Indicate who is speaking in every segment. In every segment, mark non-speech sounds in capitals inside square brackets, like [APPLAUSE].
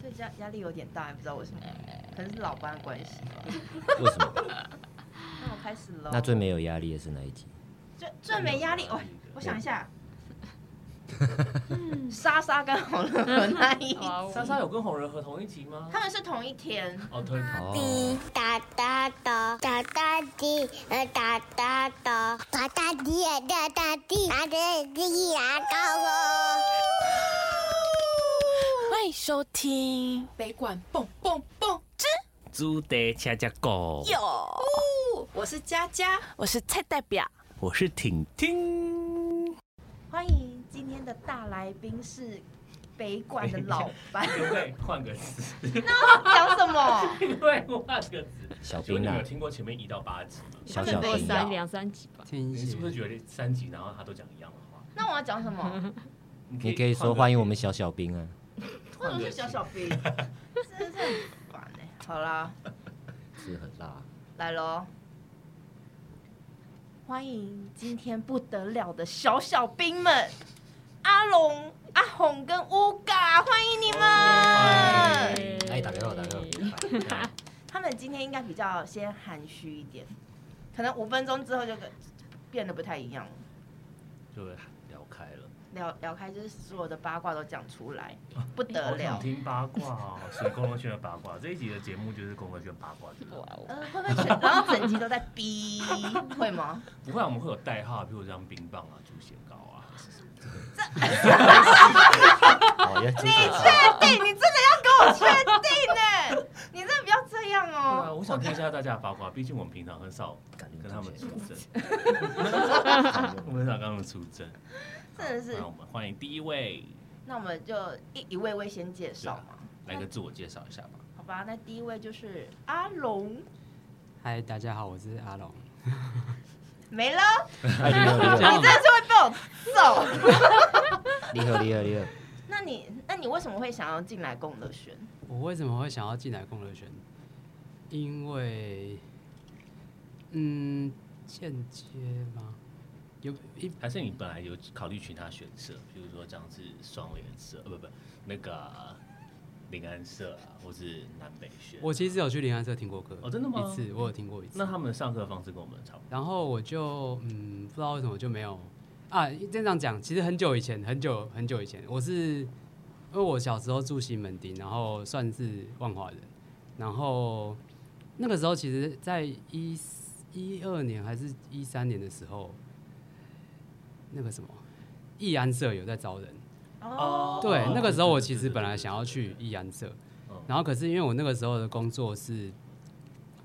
Speaker 1: 所以压压力有点大，也不知道为什么，可能是老班的关系吧。
Speaker 2: 为什么？
Speaker 1: 那我开始喽。
Speaker 2: 那最没有压力的是哪一集？
Speaker 1: 最最没压力，嗯我我想一下， [LAUGHS] 莎莎跟红乐那 [LAUGHS] 一集，
Speaker 3: 哇哦
Speaker 4: 莎莎有跟红人合同一集吗？
Speaker 1: 他们是同一天，
Speaker 4: 哦，对，
Speaker 2: 哦
Speaker 5: 滴，哒哒哒，哒哒滴，呃哒哒哒，哒哒滴，呃哒哒滴，哒哒滴，哒哒哦。
Speaker 6: 欢迎收听北管蹦蹦蹦之，
Speaker 7: 猪得恰恰狗，
Speaker 3: 我是佳佳，
Speaker 6: 我是蔡代表。
Speaker 7: 我是婷婷。
Speaker 1: 欢迎今天的大来宾是北管的
Speaker 2: [LAUGHS]
Speaker 1: 老班，
Speaker 4: 可不可以换个词？ [LAUGHS]
Speaker 1: 讲什么？
Speaker 4: 可不可以换个词？
Speaker 2: 小
Speaker 4: 请问
Speaker 2: 兵
Speaker 4: 你们
Speaker 2: 啊
Speaker 4: 有，听过前面一到八集吗？
Speaker 2: 小小
Speaker 3: 过
Speaker 2: 兵，
Speaker 3: 三两三集
Speaker 4: [LAUGHS]
Speaker 3: 吧。
Speaker 8: 听
Speaker 4: 你
Speaker 8: 一
Speaker 4: 是不是
Speaker 8: 些
Speaker 4: 觉得三集，然后他都讲一样的话？
Speaker 1: 那我要讲什 [LAUGHS] 么？
Speaker 2: 你可以说欢迎我们小小兵啊。
Speaker 1: 为什么是小小
Speaker 2: [LAUGHS]
Speaker 1: 兵？真的是很烦哎。好啦，
Speaker 2: 是很辣，
Speaker 1: 来喽。欢迎今天不得了的小小兵们，阿龙、阿红跟乌嘎，欢迎你们！
Speaker 8: 哎，打给我，打给我。
Speaker 1: 他们今天应该比较先含蓄一点，可能五分钟之后就跟变得不太一样了。
Speaker 4: 就会聊开了，
Speaker 1: 聊聊开就是所有的八卦都讲出 [LAUGHS] 来，不得
Speaker 4: 好想
Speaker 1: 了。
Speaker 4: 听八卦哦，所以公共圈的八卦。这一集的节目就是公共圈八卦，对吧
Speaker 1: 呃，会不会全然后整集都在逼， [LAUGHS] 会吗？
Speaker 4: 不会啊，我们会有代号，比如像冰棒啊、猪血糕啊。
Speaker 2: 哦，要你
Speaker 1: 确定？你真的要跟我确定呢、 [LAUGHS] 你真的不要这样
Speaker 4: 对啊，
Speaker 1: 哦、
Speaker 4: 我想听一下大家的八卦，毕竟我们平常很少跟他们出征， [LAUGHS] 我们很少跟他们出征。
Speaker 1: 真的是
Speaker 4: 那。我们欢迎第一位，
Speaker 1: 那我们就一一位位先介绍嘛，
Speaker 4: 来个自我介绍一下吧。
Speaker 1: 好吧？那第一位就是阿龙，
Speaker 8: 嗨，大家好，我是阿龙。
Speaker 1: 没了，
Speaker 2: 哎，你好，你
Speaker 1: 你真的是会被我揍。 [LAUGHS]
Speaker 2: 好，你好，你好，
Speaker 1: 那你那你为什么会想要进来跟我们选？
Speaker 8: 我为什么会想要进来共乐圈？因为，嗯，间接吗？有一
Speaker 4: 还是你本来有考虑其他选社，比如说像是双联社，呃，不不，那个临安社啊，或是南北学。
Speaker 8: 我其实有去林安社听过歌，
Speaker 4: 哦真的吗
Speaker 8: 一次，我有听过一次。
Speaker 4: 那他们上课的方式跟我们差不多。
Speaker 8: 然后我就嗯，不知道为什么就没有啊。这样讲，其实很久以前，很久很久以前，我是因为我小时候住西门町，然后算是万华人，然后那个时候其实，在一一二年还是一三年的时候，那个什么义安社有在招人，
Speaker 4: 哦
Speaker 8: 对，那个时候我
Speaker 4: 对对
Speaker 8: 其
Speaker 4: 对
Speaker 8: 实
Speaker 4: 对
Speaker 8: 本
Speaker 4: 对
Speaker 8: 来
Speaker 4: 对
Speaker 8: 想要
Speaker 4: 对
Speaker 8: 去
Speaker 4: 对
Speaker 8: 义安社
Speaker 4: 嗯，
Speaker 8: 然后可是因为我那个时候的工作是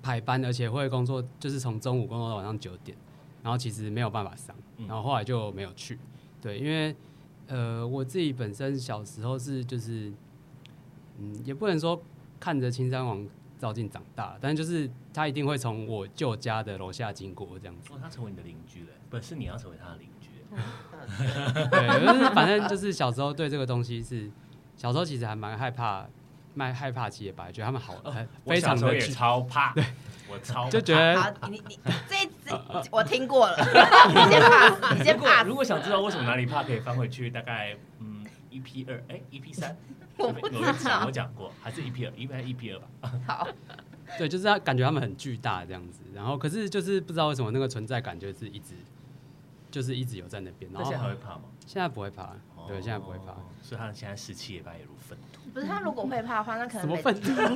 Speaker 8: 排班，而且会工作就是从中午工作到晚上九点，然后其实没有办法上，
Speaker 4: 嗯
Speaker 8: 然后后来就没有去。对，因为呃我自己本身小时候是就是嗯也不能说看着青山王照进长大，但是就是他一定会从我舅家的楼下经过这样子。
Speaker 4: 哦，他成为你的邻居了，不是你要成为他的邻居。
Speaker 8: 对，就是反正就是小时候对这个东西是，小时候其实还蛮害怕，蛮害怕企业白，觉得他们好，很
Speaker 4: 我
Speaker 8: 非
Speaker 4: 小
Speaker 8: 常
Speaker 4: 时候
Speaker 8: 的
Speaker 4: 也
Speaker 8: 巨
Speaker 4: 超怕，我超
Speaker 8: 就觉
Speaker 1: 好
Speaker 8: 得，
Speaker 1: 你你这一集我听过了， [LAUGHS] 你先
Speaker 4: [LAUGHS]
Speaker 1: pass，你先
Speaker 4: 如果
Speaker 1: pass，
Speaker 4: 如果想知道为什么哪里怕，可以翻回去大概嗯 EP 二哎
Speaker 1: [LAUGHS]
Speaker 4: EP 三，
Speaker 1: 我不
Speaker 4: 有一
Speaker 1: 知
Speaker 4: 集
Speaker 1: 道
Speaker 4: 我。讲过，还是 EP 二，应该 EP 二吧。
Speaker 1: 好，
Speaker 8: 对，就是他感觉他们很巨大这样子，然后可是就是不知道为什么那个存在感就是一直，就是一直有在那边，
Speaker 4: 那
Speaker 8: 然
Speaker 4: 现
Speaker 8: 后
Speaker 4: 在还会怕吗？
Speaker 8: 现在不会怕，对，现在不会怕
Speaker 4: 哦，，所以他现在士气也败如粪土。
Speaker 1: 不是他如果会怕的话，那可
Speaker 8: 什
Speaker 1: 能
Speaker 8: 么
Speaker 1: 每
Speaker 8: 愤怒，这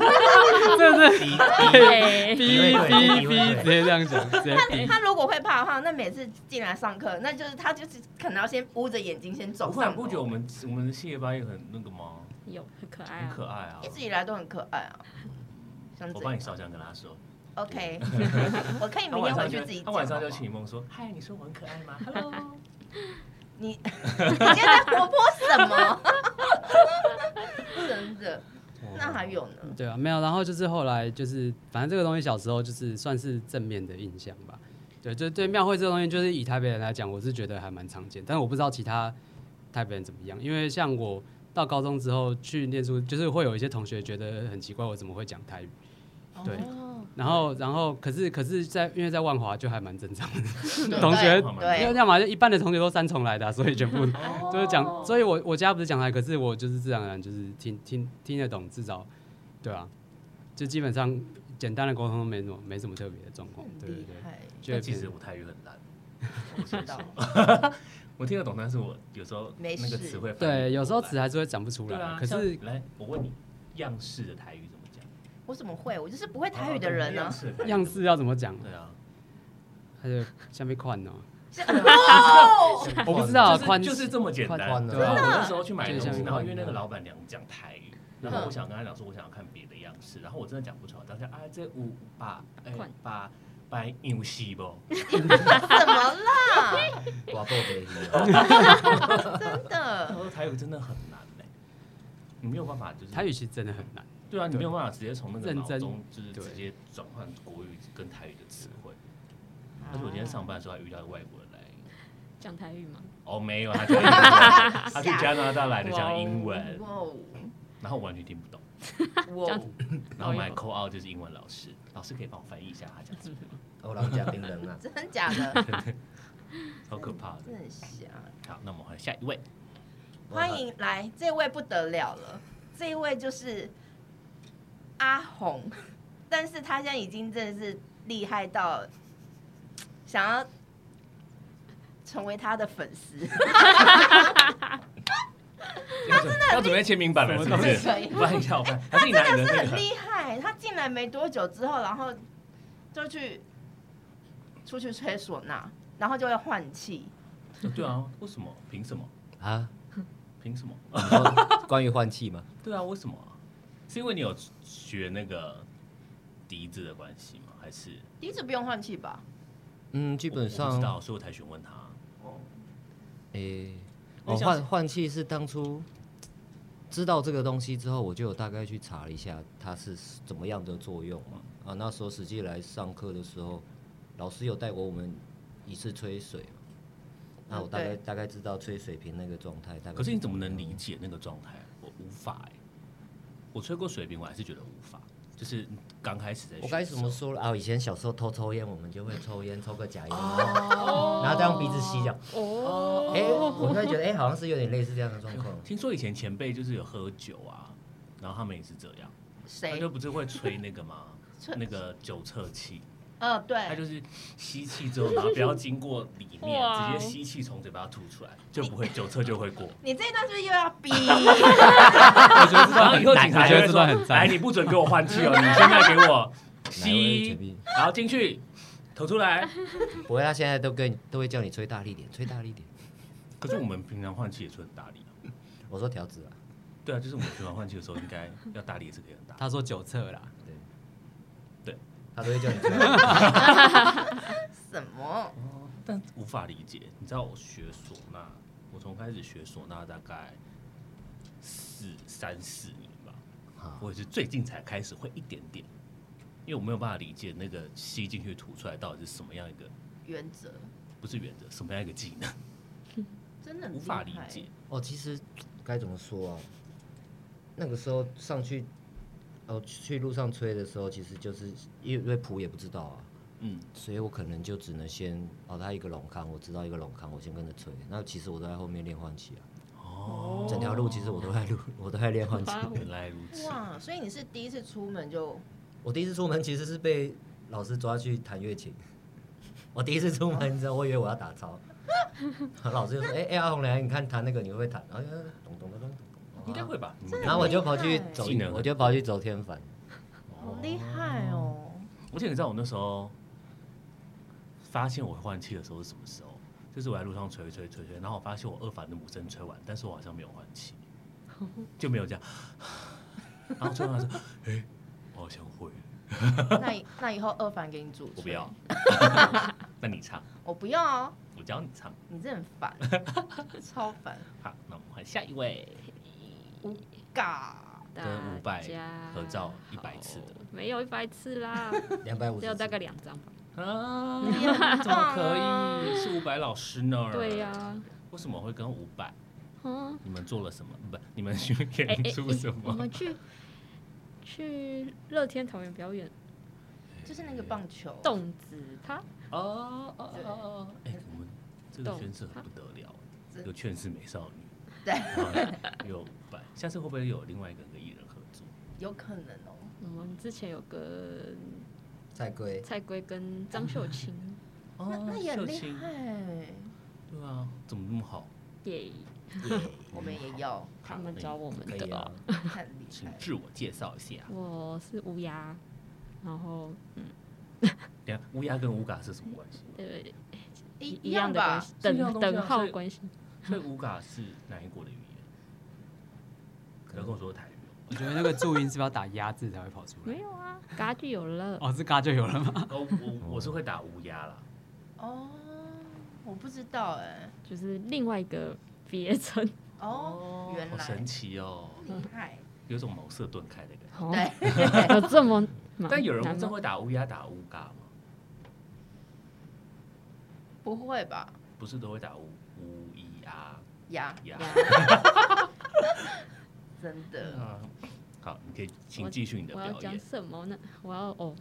Speaker 8: 是
Speaker 3: 对，
Speaker 8: 哔哔哔，直接这样讲，直接
Speaker 1: 他
Speaker 8: 哔，
Speaker 1: 他如果会怕的话，那每次进来上课，那就是他就是可能要先捂着眼睛先走
Speaker 4: 不会啊，
Speaker 1: 上哦
Speaker 4: 你
Speaker 1: 楼。
Speaker 4: 不觉得我们我们的谢班也很那个吗？
Speaker 3: 有很可
Speaker 1: 哎
Speaker 3: 爱
Speaker 4: 很
Speaker 3: 啊，
Speaker 4: 可爱啊
Speaker 1: 一！直以来都很可爱啊。像
Speaker 4: 我
Speaker 1: 这
Speaker 4: 帮
Speaker 1: 样
Speaker 4: 你烧香跟他说， [LAUGHS]
Speaker 1: ，OK，我可以哎
Speaker 4: 他
Speaker 1: 明天
Speaker 4: 晚
Speaker 1: 回
Speaker 4: 上
Speaker 1: 去
Speaker 4: 就
Speaker 1: 自己讲
Speaker 4: 他晚上就
Speaker 1: 好不好
Speaker 4: 请梦说，嗨，你说我很可爱吗？Hello，
Speaker 1: 你， [LAUGHS] 你今天在活泼什么？真的？那还有呢？
Speaker 8: 对啊，没有，然后就是后来就是，反正这个东西小时候就是算是正面的印象吧。对，就对庙会这个东西，就是以台北人来讲，我是觉得还蛮常见，但是我不知道其他台北人怎么样，因为像我到高中之后去念书，就是会有一些同学觉得很奇怪，我怎么会讲台语？对，然后，然后，可是，可是在，因为在万华就还蛮正常的，
Speaker 1: 对
Speaker 8: 同学
Speaker 1: 对
Speaker 8: 要要么就一半的同学都三重来的啊、所
Speaker 1: [LAUGHS]
Speaker 8: 以全部就是讲，所
Speaker 1: 以
Speaker 8: 以我我家不是讲台，可是我就是自然而然就是听听听得懂，至少对啊，就基本上简单的沟通没什么没什么特别的状况，对对
Speaker 1: 厉
Speaker 8: 对，
Speaker 1: 害，
Speaker 8: 就
Speaker 4: 但
Speaker 8: 会
Speaker 4: 哎其
Speaker 8: 变
Speaker 4: 实
Speaker 8: 成
Speaker 4: 我台语很
Speaker 8: [LAUGHS]
Speaker 4: 烂，
Speaker 1: 我知道，
Speaker 4: [LAUGHS] 我听得懂，但是我有时候
Speaker 1: 没
Speaker 4: 那个
Speaker 1: 事
Speaker 4: 词汇翻译不过来
Speaker 8: 对，有时候词还是会讲不出
Speaker 4: 对
Speaker 8: 来，
Speaker 4: 啊。
Speaker 8: 可是
Speaker 4: 像来，我问你，样式的台语怎么讲？
Speaker 1: 我怎么会？我就是不会台语的人啊呢
Speaker 4: 样。式的台语
Speaker 8: 样式要怎么讲，
Speaker 4: 对啊，
Speaker 8: 他就下面宽哦，
Speaker 1: 哦，
Speaker 8: 我不知道啊
Speaker 4: 就是
Speaker 8: 宽
Speaker 4: 就是这么简单。
Speaker 2: 宽的
Speaker 4: 对啊，我
Speaker 1: 真的
Speaker 4: 那时候去买东
Speaker 8: 就是
Speaker 4: 西，
Speaker 8: 像
Speaker 4: 然后因为
Speaker 8: 宽
Speaker 4: 那
Speaker 8: 的
Speaker 4: 个老板娘讲台语，然后我想跟他讲说，我想要看别的样式，然后我真的讲不出来，当下啊，这五把哎
Speaker 3: 宽
Speaker 4: 把把牛西不？
Speaker 1: 怎么啦？
Speaker 2: 寡妇给你，
Speaker 1: 真
Speaker 4: 他
Speaker 1: 的，
Speaker 4: 说台语真的很难嘞，你没有办法就是
Speaker 8: 台语其实真的很难，
Speaker 4: 对啊，你没有办法直接从那个
Speaker 8: 认
Speaker 4: 脑
Speaker 8: 真
Speaker 4: 中就是
Speaker 8: 对
Speaker 4: 直接转换国语跟台语的词汇。而且我今天上班的时候还遇到一个外国人来，
Speaker 1: 啊
Speaker 3: 讲台语吗？
Speaker 4: 哦没有，他讲英文他去加拿大来的讲英文，
Speaker 1: 哇哦，
Speaker 4: 然后我完全听不懂。
Speaker 1: 哇哦，
Speaker 4: 然后我们还 call out 就是英文老师，老师可以帮我翻译一下他
Speaker 1: [LAUGHS]
Speaker 4: 讲什么，
Speaker 2: 我老家冰人啊，
Speaker 1: 真的假的？
Speaker 4: 好可怕的
Speaker 1: 真。的是啊。
Speaker 4: 好，那我们换下一位，
Speaker 1: 欢
Speaker 4: 嗯
Speaker 1: 迎来，这位不得了了，这位就是阿红，但是他现在已经真的是厉害到想要成为他的粉丝，
Speaker 4: 要准备签名版了，是不是
Speaker 1: 什么东？西
Speaker 4: 我翻一下，我翻，还是你拿你的那
Speaker 1: 很
Speaker 4: 个？
Speaker 1: 厉害。他进来没多久之后，然后就去出去吹唢呐，然后就会换气。
Speaker 4: 对啊，为什么？凭什么？
Speaker 2: [LAUGHS] 啊，
Speaker 4: 凭什么？
Speaker 2: 你说关于换气吗？
Speaker 4: 对啊，为什么啊？是因为你有学那个笛子的关系吗？还是
Speaker 1: 笛子不用换气吧？
Speaker 2: 嗯，基
Speaker 4: 基
Speaker 2: 本
Speaker 4: 不知
Speaker 2: 上，
Speaker 4: 道，所以我才询问他。
Speaker 2: 诶，
Speaker 4: 那
Speaker 2: 我
Speaker 4: 像是
Speaker 2: 哦换换气是当初知道这个东西之后，我就有大概去查了一下它是怎么样的作用嘛。啊，那时候实际来上课的时候，老师有带过我们一次吹水嘛。那我大概
Speaker 1: 嗯对
Speaker 2: 大概知道吹水瓶那个状态，大概
Speaker 4: 可是你怎么能理解那个状态？我无法哎、我吹过水瓶，我还是觉得无法。就是刚开始在学
Speaker 2: 我
Speaker 4: 的时候，
Speaker 2: 该怎么说了啊？以前小时候偷抽烟，我们就会抽烟，抽个假烟，然后再用鼻子吸掉。
Speaker 3: 哦，
Speaker 2: 哎，我就会觉得哎，好像是有点类似这样的状况。
Speaker 4: 听说以前前辈就是有喝酒啊，然后他们也是这样，他
Speaker 1: 谁
Speaker 4: 就？不是会 [LAUGHS] 吹那个吗
Speaker 1: 吹？
Speaker 4: 那个酒测器，
Speaker 1: 呃，
Speaker 4: 他就
Speaker 1: 对，
Speaker 4: 是吸气之后，然后不要经过里面，
Speaker 3: 哇
Speaker 4: 直接吸气从嘴巴吐出来，就不会酒测就会过。 [LAUGHS]
Speaker 1: 你这一段是不是又要逼？
Speaker 4: 然后以后警察
Speaker 8: 我觉
Speaker 4: 就会
Speaker 8: 得这
Speaker 4: 说
Speaker 8: 段很：“赞
Speaker 4: 哎来，你不准给我换气哦，你现在给我
Speaker 2: 哪位姐
Speaker 4: 吸
Speaker 2: 妹，
Speaker 4: 然后进去，吐出来。 [LAUGHS]
Speaker 2: 不会，他现在都跟都会叫你吹大力点，吹大力点。”
Speaker 4: 可是我们平常换气也是很大力啊。
Speaker 2: 我说条子啊，
Speaker 4: 对啊，就是我们循环换气的时候，应该要大力也是可以很大。
Speaker 8: 他说九测啦，
Speaker 2: 他都会叫你吹大力点。
Speaker 1: [LAUGHS] 什么？
Speaker 4: 但无法理解，你知道我学唢呐，我从开始学唢呐大概四三四年吧，
Speaker 2: 好
Speaker 4: 我也是最近才开始会一点点，因为我没有办法理解那个吸进去吐出来到底是什么样一个，
Speaker 1: 原则
Speaker 4: 不是原则，什么样一个技能，
Speaker 1: 真的很
Speaker 4: 无法理
Speaker 1: 厉害
Speaker 4: 解。
Speaker 2: [LAUGHS] 哦，其实该怎么说啊？那个时候上去，哦，去路上吹的时候，其实就是因为谱也不知道啊，
Speaker 4: 嗯，
Speaker 2: 所以我可能就只能先哦，他一个龙康，我知道一个龙康，我先跟着吹。那其实我都在后面练换气啊，
Speaker 4: 哦，
Speaker 2: 整条路其实我都在录，我都在练换气。
Speaker 3: 哇
Speaker 4: 原来如此。
Speaker 1: 哇，所以你是第一次出门就
Speaker 2: 我第一次出门其实是被老师抓去弹乐琴。我第一次出门，你知道，我以为我要打操， [LAUGHS] 然后老师就说：“哎、哎、阿红来，你看弹那个你会不会弹？”然后就咚咚咚咚咚，
Speaker 4: 应该会吧？你们
Speaker 2: 然后我就跑去走
Speaker 4: 技能，
Speaker 2: 我就跑去走天反。
Speaker 1: 好厉害哦！
Speaker 4: 而且你知道我那时候发现我会换气的时候是什么时候？就是我在路上吹吹吹吹，然后我发现我二反的母声吹完，但是我好像没有换气，就没有这样。然后吹完说：“哎、我好像会了，
Speaker 1: 那以那以后二凡给你主持，
Speaker 4: 我不要，。那你唱，
Speaker 1: 我不要哦，
Speaker 4: 我教你唱。
Speaker 1: 你真的很烦， [LAUGHS] 超烦，
Speaker 4: 好，那我们换下一位。
Speaker 1: 尬。
Speaker 3: 大
Speaker 4: 跟伍佰
Speaker 3: 家
Speaker 4: 合照
Speaker 3: 好
Speaker 4: 100次的，
Speaker 3: 没有一百次
Speaker 4: [LAUGHS]
Speaker 3: 啦，
Speaker 2: 两百五
Speaker 3: 只
Speaker 2: 十
Speaker 3: 有，大概两张吧。
Speaker 4: 啊，
Speaker 1: 你很棒啊
Speaker 4: 怎么可以？是伍佰老师呢？
Speaker 3: 对
Speaker 4: [LAUGHS]
Speaker 3: 呀，
Speaker 4: 为什么会跟伍佰？
Speaker 3: 嗯，
Speaker 4: 你们做了什么？不，你们去
Speaker 3: 哎
Speaker 4: 演
Speaker 3: 哎
Speaker 4: 出什
Speaker 3: 我
Speaker 4: 么？
Speaker 3: 们去去乐天桃园表演，
Speaker 1: 就是那个棒球，
Speaker 3: 动子他
Speaker 2: 哦哦哦哦，
Speaker 4: 哎、我们这个圈子很不得了，
Speaker 1: 真
Speaker 4: 有劝世美少女，
Speaker 1: 对，
Speaker 4: 然后有白，下次会不会有另外一个跟艺人合作？
Speaker 1: 有可能哦。
Speaker 3: 我们之前有跟
Speaker 2: 蔡
Speaker 3: [LAUGHS]
Speaker 2: 圭，
Speaker 3: 蔡圭跟张秀
Speaker 4: [LAUGHS]
Speaker 3: 清
Speaker 1: 那
Speaker 4: 哦
Speaker 1: 那也很
Speaker 4: 秀
Speaker 1: 厉
Speaker 4: 清
Speaker 1: 害，
Speaker 4: 对啊，怎么那么好？
Speaker 3: 耶，
Speaker 1: 我们也要，
Speaker 3: 他们找我们
Speaker 2: 可以
Speaker 3: 的。
Speaker 2: 啊，
Speaker 1: 很厉
Speaker 4: 请
Speaker 1: 害。
Speaker 4: [LAUGHS] 自我介绍一下。
Speaker 3: 我是乌鸦，然后
Speaker 4: 等一下乌鸦跟乌嘎是什么关系？
Speaker 3: 呃
Speaker 1: 一
Speaker 3: 一
Speaker 1: 一
Speaker 3: 样
Speaker 1: 样
Speaker 3: 的关
Speaker 1: 吧，
Speaker 3: 系，
Speaker 4: 是一样的
Speaker 3: 等
Speaker 4: 东西啊
Speaker 3: 等号
Speaker 4: 所以
Speaker 3: 关系。
Speaker 4: 所以乌嘎是哪一国的语言？不要跟我说台语哦。
Speaker 8: 我觉得那个注音是不是要打鸭字才会跑出来
Speaker 3: 没？有啊，嘎就有了。
Speaker 8: 哦，是嘎就有了 [LAUGHS] 吗？
Speaker 4: 哦，我我是会打乌鸦啦。
Speaker 1: 哦，我不知道哎，
Speaker 3: 就是另外一个别称。
Speaker 4: [LAUGHS]
Speaker 1: 哦，原
Speaker 4: 好神
Speaker 1: 来
Speaker 4: 奇哦，
Speaker 1: 厉害，
Speaker 4: 有种茅塞顿开的感觉。
Speaker 3: 哦，
Speaker 1: 对， [LAUGHS]
Speaker 3: 有这么难吗？
Speaker 4: 但有人真会打乌鸦打乌嘎吗？
Speaker 1: 不会吧？
Speaker 4: 不是都会打乌乌一啊？
Speaker 1: 呀
Speaker 4: 呀
Speaker 1: 呀，
Speaker 4: [LAUGHS]
Speaker 1: 真的，
Speaker 4: 啊，好，你可以请继续你的
Speaker 3: 我要
Speaker 4: 表
Speaker 3: 讲
Speaker 4: 演。
Speaker 3: 什么呢？我要哦，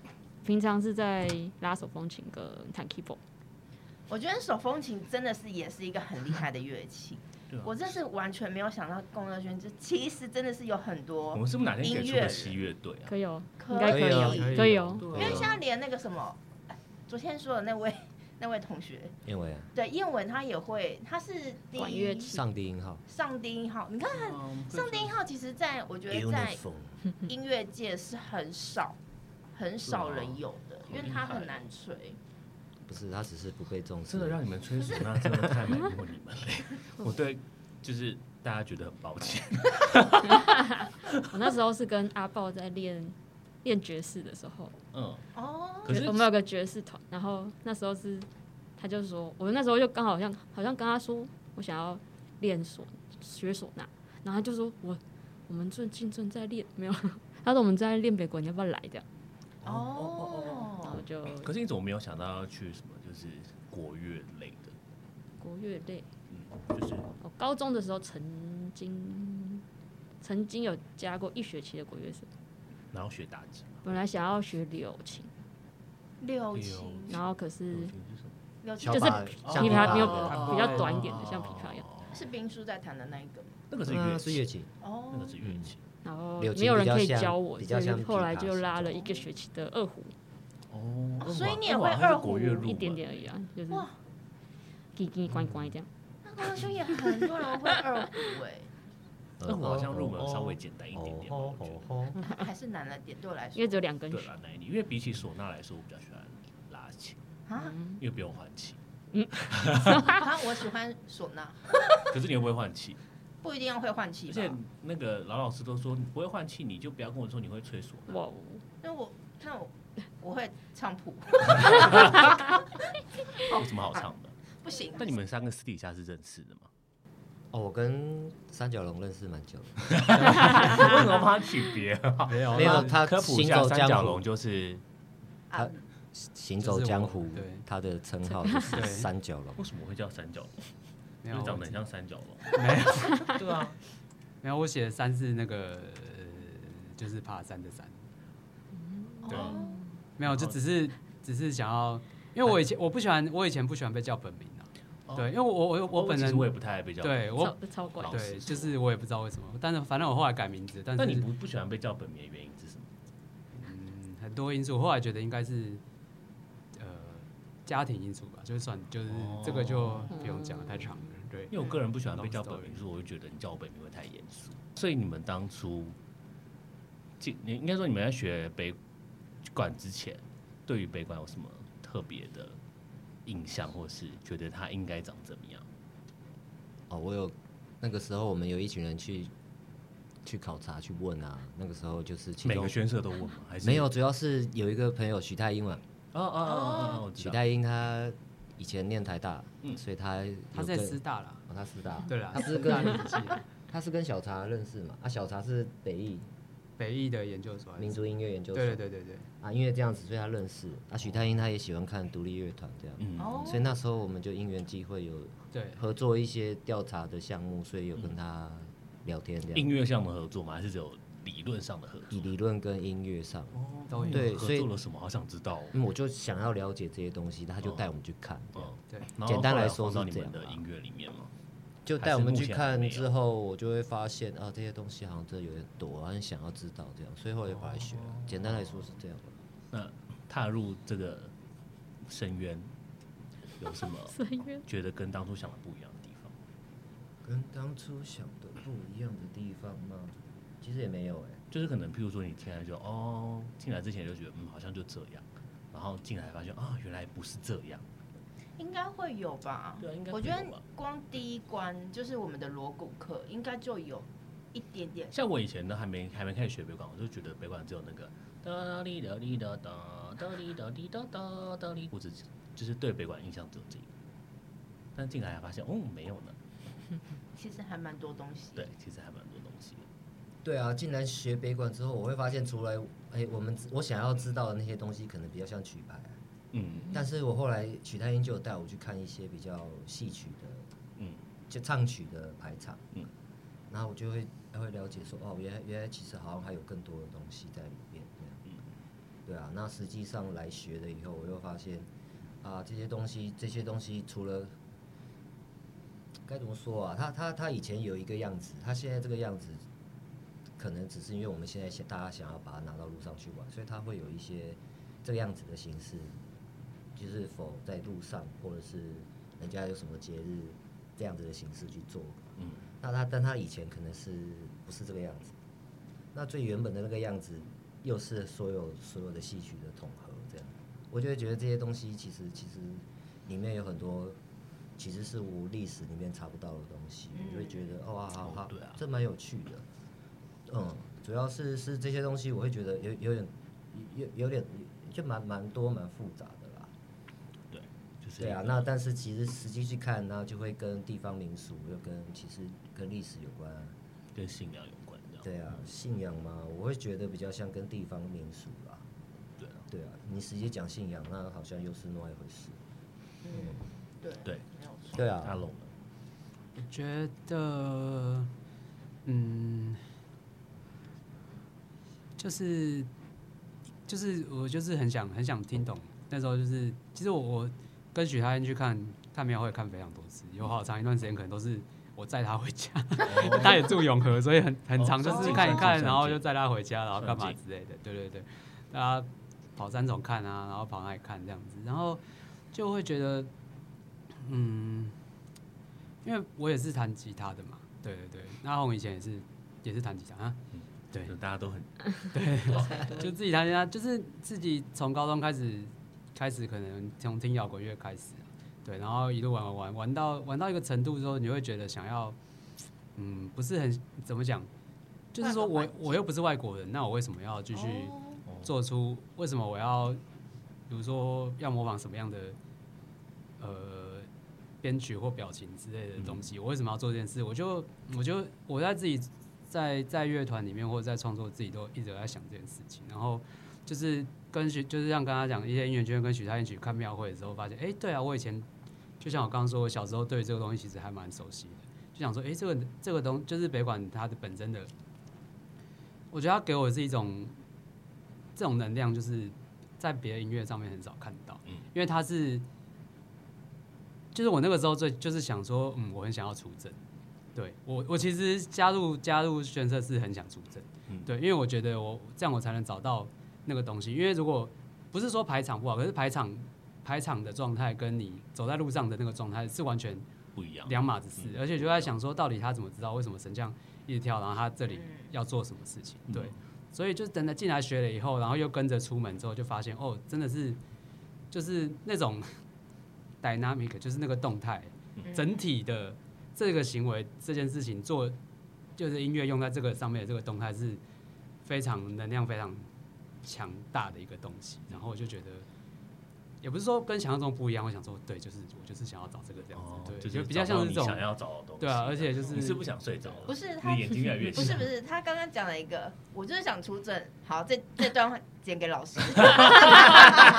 Speaker 3: 平常是在拉手风琴跟弹 keyboard。
Speaker 1: 我觉得手风琴真的是也是一个很厉害的乐器。
Speaker 4: 对啊
Speaker 1: 我真是完全没有想到共乐圈，就其实真的是有很
Speaker 4: 我
Speaker 1: 多
Speaker 4: 们，是不是哪天可
Speaker 1: 音
Speaker 4: 以出
Speaker 1: 乐
Speaker 4: 个
Speaker 1: 人
Speaker 4: 西乐队啊？
Speaker 3: 可以哦，
Speaker 1: 可
Speaker 3: 应该可以哦
Speaker 1: 以，
Speaker 3: 可以哦。
Speaker 4: 对
Speaker 1: 因
Speaker 4: 啊
Speaker 1: 为现在连那个什么，昨天说的那位 [LAUGHS] 那位同学，
Speaker 2: 因为
Speaker 1: 对燕文他也会，他是第
Speaker 3: 管乐
Speaker 1: 一
Speaker 3: 器
Speaker 2: 上帝音号，
Speaker 1: 上低音号，你看
Speaker 4: 嗯
Speaker 1: 上低音号其实在我觉得在音乐界是很少很少人有的，因为它很难吹。
Speaker 2: 不是他只是不被重视，
Speaker 4: 真的让你们吹唢呐，真的太埋没你们了。 [LAUGHS] 我对，就是大家觉得很抱歉。
Speaker 3: 我那时候是跟阿豹在练练爵士的时候，
Speaker 4: 嗯，
Speaker 1: 哦，
Speaker 4: 可是
Speaker 3: 我们有个爵士团，然后那时候是他就说，我那时候就刚好像好像跟他说我想要练唢学唢呐，然后他就说我我们最近正在练，没有， [LAUGHS] 他说我们正在练北国，你要不要来这样？然后
Speaker 1: 哦，
Speaker 3: 就
Speaker 4: 可是你怎么没有想到要去什么就是国乐类的？
Speaker 3: 国乐类。
Speaker 4: 嗯，就是
Speaker 3: 我高中的时候曾经曾经有加过一学期的国乐社，
Speaker 4: 然后学打击嘛。
Speaker 3: 本来想要学柳琴，
Speaker 1: 六
Speaker 4: 六
Speaker 1: 琴，
Speaker 3: 然后可是
Speaker 2: 嗯
Speaker 4: 流行是什么
Speaker 1: 六琴
Speaker 2: 小
Speaker 3: 就是
Speaker 2: 把像
Speaker 3: 琵
Speaker 2: 琵琶
Speaker 3: 琶没有
Speaker 2: 哦
Speaker 3: 比较短一点的，像琵琶一样，
Speaker 1: 是冰叔在弹的那一个吗？
Speaker 4: 哦那个是
Speaker 2: 啊
Speaker 4: 乐
Speaker 2: 是
Speaker 4: 器
Speaker 2: 乐，器，
Speaker 1: 哦
Speaker 4: 那，个是乐器。
Speaker 3: 然后
Speaker 2: 柳琴
Speaker 3: 没有人可
Speaker 2: 比
Speaker 3: 以
Speaker 2: 较像
Speaker 3: 教我，
Speaker 2: 比
Speaker 3: 所
Speaker 2: 较像
Speaker 3: 以后来
Speaker 2: 琵琶
Speaker 3: 就拉
Speaker 2: 是
Speaker 3: 了
Speaker 2: 这
Speaker 3: 一
Speaker 2: 样
Speaker 3: 个学期的二胡，
Speaker 4: 哦
Speaker 1: 所以你也
Speaker 4: 哇
Speaker 1: 会
Speaker 4: 它是
Speaker 1: 二胡
Speaker 4: 国乐入门
Speaker 3: 一点点而已啊，就是
Speaker 1: 哇
Speaker 3: 叽叽关关这样。
Speaker 1: 那高中也很多人会二胡哎，
Speaker 4: 二胡好像入门稍微简单一点点吧，我觉得。
Speaker 2: 嗯
Speaker 3: 嗯
Speaker 2: 哦，
Speaker 1: 还是难了点，对我来说，
Speaker 3: 因为只有两根
Speaker 4: 对
Speaker 3: 弦
Speaker 2: 嗯
Speaker 4: 啦，那一点，因为比起唢呐来说，我比较喜欢拉琴，
Speaker 3: [LAUGHS]
Speaker 1: 啊
Speaker 4: 因为不用换气。
Speaker 1: 啊，我喜欢唢呐，
Speaker 4: 可是你会不会换气？
Speaker 1: 不一定要会换气
Speaker 4: 而
Speaker 1: 吧
Speaker 4: 且，那个老老师都说你不会换气，你就不要跟我说你会吹唢呐。
Speaker 3: 哇哦，
Speaker 1: 那我那我我会唱谱，
Speaker 4: 有什么好唱的？
Speaker 1: 不行，
Speaker 4: 那你们三个私底下是认识的吗？
Speaker 2: 哦，我跟三角龙认识蛮久的，
Speaker 4: [LAUGHS] 为什么帮他取别啊？
Speaker 8: 没有
Speaker 2: 没有他
Speaker 4: 科普一下，
Speaker 2: 啊行走
Speaker 4: 三角
Speaker 2: 江
Speaker 4: 龙
Speaker 2: 湖，
Speaker 4: 就是
Speaker 1: 啊
Speaker 2: 他行走江湖
Speaker 8: 对，
Speaker 2: 他的称号就是
Speaker 8: 对
Speaker 2: 三角龙
Speaker 4: 为，什么会叫三角龙？
Speaker 8: 没
Speaker 4: 因为
Speaker 8: 有啊我
Speaker 4: 长得很像三角龙。
Speaker 8: [LAUGHS] 没有
Speaker 4: 对啊，
Speaker 8: 没有，我写的山是那个呃就是爬山的山，
Speaker 4: 对
Speaker 1: 哦
Speaker 4: 啊，
Speaker 8: 没有，就只是只是想要，因为我以前我不喜欢，我以前不喜欢被叫本名
Speaker 4: 哦
Speaker 8: 啊， [LAUGHS] 对，因为我我我本
Speaker 4: 其
Speaker 8: 人
Speaker 4: 哦实我也不太爱被叫。，
Speaker 8: 对
Speaker 3: 超
Speaker 8: 我
Speaker 3: 超怪
Speaker 4: 老，
Speaker 8: 对就是我也不知道为什么，但是反正我后来改名字，但
Speaker 4: 那
Speaker 8: 是
Speaker 4: 你不不喜欢被叫本名的原因是什么？
Speaker 8: 嗯很多因素，我后来觉得应该是呃家庭因素吧，就是算就是
Speaker 4: 哦嗯
Speaker 8: 这个就不用讲了，太长了，对，
Speaker 4: 因为我个人不喜欢被叫本
Speaker 8: Long
Speaker 4: 名，
Speaker 8: story
Speaker 4: 所以我就觉得你叫我本名会太严肃。所以你们当初进，你应该说你们在学北管之前，对于北管有什么特别的印象，或是觉得它应该长怎么样？
Speaker 2: 哦，我有那个时候我们有一群人去去考察去问啊，那个时候就是其
Speaker 4: 每
Speaker 2: 中
Speaker 4: 个宣社都问吗？还是
Speaker 2: 没有，？主要是有一个朋友许太英嘛，
Speaker 4: 哦哦哦哦，
Speaker 8: 啊
Speaker 4: 我
Speaker 2: 许
Speaker 4: 知道。
Speaker 2: 太英她以前念台大，
Speaker 4: 嗯
Speaker 2: 所以她有
Speaker 8: 他在
Speaker 2: 跟
Speaker 8: 师大啦，
Speaker 2: 哦，她师大，
Speaker 8: 对啦，
Speaker 2: 她不是
Speaker 8: 师大
Speaker 2: 跟
Speaker 8: 年纪啊，
Speaker 2: 她是跟小茶认识嘛，啊，小茶是北艺
Speaker 8: 北艺的研究所还是，
Speaker 2: 民族音乐研究
Speaker 8: 对
Speaker 2: 所，
Speaker 8: 对对对对，
Speaker 2: 啊，因为这样子，所以她认识啊，许太英她也喜欢看独立乐团这样。
Speaker 4: 嗯，
Speaker 1: 哦
Speaker 2: 所以那时候我们就因缘机会有
Speaker 8: 对，
Speaker 2: 合作
Speaker 8: 嗯
Speaker 2: 一些调查的项目，所以有跟她聊天这
Speaker 4: 音
Speaker 2: 样。
Speaker 4: 乐项目合作吗？还是只有理论上的合作
Speaker 2: 以？理论跟音乐上，
Speaker 4: 哦
Speaker 8: 都有
Speaker 2: 对
Speaker 4: 合
Speaker 2: 所以
Speaker 4: 作了什么？好想知道哦。
Speaker 2: 嗯，我就想要了解这些东西，他就
Speaker 4: 哦
Speaker 2: 带我们去看，这样
Speaker 4: 嗯，
Speaker 8: 对，
Speaker 4: 然后
Speaker 2: 简单
Speaker 4: 后
Speaker 2: 来
Speaker 4: 放
Speaker 2: 说
Speaker 4: 到
Speaker 2: 是
Speaker 4: 你
Speaker 2: 这
Speaker 4: 们
Speaker 2: 样
Speaker 4: 的
Speaker 2: 吧
Speaker 4: 音乐里面吗？
Speaker 2: 就
Speaker 4: 还
Speaker 2: 带
Speaker 4: 是
Speaker 2: 我们
Speaker 4: 目
Speaker 2: 去
Speaker 4: 前还没
Speaker 2: 看
Speaker 4: 有
Speaker 2: 之后，我就会发现啊，这些东西好像真的有点多，很想要知道这样，所以后来就跑来学了。简单来说是这样吧。
Speaker 4: 那踏入这个深渊，有什么
Speaker 3: 深渊
Speaker 4: 觉得跟当初想的不一样的地方？
Speaker 2: 跟当初想的不一样的地方吗？其实也没有哎、
Speaker 4: 就是可能，譬如说你进来就哦，进来之前就觉得嗯，好像就这样，然后进来发现啊、原来不是这样。
Speaker 1: 应该会有吧？
Speaker 4: 对啊应该
Speaker 1: 我
Speaker 4: 会
Speaker 1: 觉
Speaker 4: 有
Speaker 1: 得
Speaker 4: 吧
Speaker 1: 光第一关就是我们的锣鼓课，应该就有一点点。
Speaker 4: 像我以前呢，还没还没开始学北管，我就觉得北管只有那个哒哩哒哩哒哒哒哩哒哩哒哒哒哩，我只就是对北管印象只有这个。但进来还发现，哦，没有呢。
Speaker 1: 其实还蛮多东西。
Speaker 4: 对，，其实还蛮多东西的。
Speaker 2: 对啊，进来学北管之后，我会发现，除了哎、我们我想要知道的那些东西，可能比较像曲牌、啊，
Speaker 4: 嗯
Speaker 2: 但是我后来曲太英就有带我去看一些比较戏曲的，
Speaker 4: 嗯，
Speaker 2: 就唱曲的排场，
Speaker 4: 嗯，
Speaker 2: 然后我就会会了解说，哦，原来原来其实好像还有更多的东西在里面，这样，
Speaker 4: 嗯
Speaker 2: 对啊，那实际上来学了以后，我又发现，啊，这些东西这些东西除了该怎么说啊，他他他以前有一个样子，他现在这个样子，可能只是因为我们现在想大家想要把它拿到路上去玩，所以他会有一些这个样子的形式，就是否在路上或者是人家有什么节日这样子的形式去做。
Speaker 4: 嗯，
Speaker 2: 那他但他以前可能是不是这个样子，那最原本的那个样子又是所有所有的戏曲的统合这样，我就会觉得这些东西其实其实里面有很多。其实是我历史里面查不到的东西，我就会觉得，哦，哇好好，
Speaker 4: 哦对啊
Speaker 2: 这蛮有趣的。嗯，主要是是这些东西，我会觉得有有点有有点就蛮蛮多蛮复杂的啦。
Speaker 4: 对，就是
Speaker 2: 对啊
Speaker 4: 一，个
Speaker 2: 那但是其实实际去看，那就会跟地方民俗，又跟其实跟历史有关啊。
Speaker 4: 跟信仰有关这样。
Speaker 2: 对啊，信仰嘛，我会觉得比较像跟地方民俗啦。
Speaker 4: 对啊
Speaker 2: 对啊，你直接讲信仰，那好像又是另外一回事。
Speaker 1: 嗯，对
Speaker 4: 对，
Speaker 1: 没有错。
Speaker 2: 对
Speaker 4: 大
Speaker 2: 啊，
Speaker 4: 龙呢？
Speaker 8: 我觉得，嗯，就是就是我就是很想很想听懂。那时候就是，其实我我跟许他恩去看看庙会看非常多次，有好长一段时间可能都是我载他回家， [LAUGHS] 他也住永和，所以很很长就
Speaker 4: 哦
Speaker 8: 哦是
Speaker 4: 算
Speaker 8: 看一
Speaker 4: 近算
Speaker 8: 看，
Speaker 4: 近
Speaker 8: 然后就载他回家，然后干嘛
Speaker 4: 算近
Speaker 8: 之类的。对对对，大家跑三种看啊，然后跑那里看这样子，然后就会觉得，嗯，因为我也是弹吉他的嘛，对对对，那阿红以前也是也是弹吉他啊，对
Speaker 4: 就大家都很
Speaker 8: 就自己弹吉他，就是自己从高中开始开始，可能从听摇滚乐开始啊、对，然后一路玩玩玩玩到玩到一个程度之后，你会觉得想要，嗯，不是很怎么讲，就是说
Speaker 1: 换个
Speaker 8: 我
Speaker 1: 环境
Speaker 8: 我又不是外国人，那我为什么要继续？
Speaker 1: 哦
Speaker 8: 做出为什么我要，比如说要模仿什么样的呃编曲或表情之类的东西，我为什么要做这件事？我就我就我在自己在在乐团里面或者在创作自己都一直有在想这件事情，然后就是跟许就是像刚刚讲一些音乐圈跟许太一起看庙会的时候，发现哎、诶对啊，我以前就像我刚刚说，我小时候对这个东西其实还蛮熟悉的，就想说哎、诶这个这个东就是北管它的本身的。我觉得它给我是一种这种能量就是在别的音乐上面很少看到，
Speaker 4: 嗯
Speaker 8: 因为它是，就是我那个时候最就是想说，嗯，我很想要出征，对我我其实加入加入宣社是很想出征，
Speaker 4: 嗯
Speaker 8: 对，因为我觉得我这样我才能找到那个东西，因为如果不是说排场不好，可是排场排场的状态跟你走在路上的那个状态是完全
Speaker 4: 不一样。
Speaker 8: 两码子事，
Speaker 4: 嗯
Speaker 8: 而且就在想说，到底他怎么知道为什么神将一直跳，然后他这里
Speaker 1: 嗯
Speaker 8: 要做什么事情？
Speaker 4: 嗯
Speaker 8: 对，所以就等他进来学了以后，然后又跟着出门之后，就发现哦，真的是就是那种 [LAUGHS] dynamic，就是那个动态
Speaker 1: 嗯
Speaker 8: 整体的这个行为这件事情做，就是音乐用在这个上面的这个动态是
Speaker 4: 嗯
Speaker 8: 非常能量非常强大的一个东西，然后我就觉得也不是说跟想象中不一样。我想说，对，就是我就是想要找这个这样子，
Speaker 4: 哦，
Speaker 8: 对，
Speaker 4: 就
Speaker 8: 就是比较
Speaker 4: 找到
Speaker 8: 像是
Speaker 4: 你
Speaker 8: 这种
Speaker 4: 想要找的东西。
Speaker 8: 对啊，而且就是
Speaker 4: 你是不想睡着了，
Speaker 1: 不是
Speaker 4: 你
Speaker 1: 他
Speaker 4: 眼睛越来越
Speaker 1: 不
Speaker 4: 小
Speaker 1: 是不是，他刚刚讲了一个，我就是想出证。好，这这段话剪给老
Speaker 4: [LAUGHS]
Speaker 1: 师。
Speaker 8: 没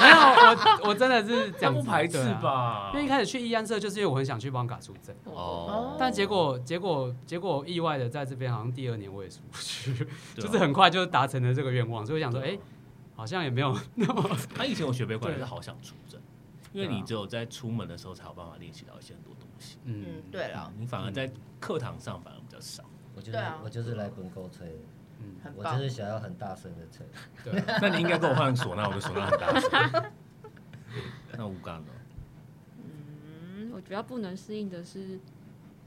Speaker 8: 有 [LAUGHS] 我我真的是这
Speaker 4: 他
Speaker 8: 样
Speaker 4: [LAUGHS]
Speaker 8: 子
Speaker 4: 不排斥？
Speaker 8: 对啊
Speaker 4: 吧
Speaker 8: 因？为一开始去义安社，就是因为我很想去帮嘎出证，
Speaker 4: 哦
Speaker 8: 啊但结果结果结果意外的在这边，好像第二年我也出不去，
Speaker 4: 对啊
Speaker 8: 就是很快就达成了这个愿望，所以我想说，
Speaker 4: 对
Speaker 8: 哎、
Speaker 4: 啊
Speaker 8: 好像也没有那么
Speaker 4: 他以前我学北管也是
Speaker 8: 对
Speaker 4: 好想出征，因为
Speaker 8: 对啊
Speaker 4: 你只有在出门的时候才有办法练习到一些很多东西，
Speaker 1: 嗯，对
Speaker 8: 啊
Speaker 1: 了，
Speaker 4: 你反而在课堂上反而比较少。
Speaker 2: 我就是、
Speaker 1: 对啊
Speaker 2: 我就是来本够吹的，
Speaker 8: 嗯
Speaker 1: 很
Speaker 2: 我
Speaker 1: 棒
Speaker 2: 就是想要很大声的吹。
Speaker 8: 对啊，
Speaker 4: 那你应该跟我换唢呐，我的唢呐很大声。
Speaker 8: [LAUGHS]
Speaker 4: 那吴刚呢？
Speaker 3: 嗯，我比较不能适应的是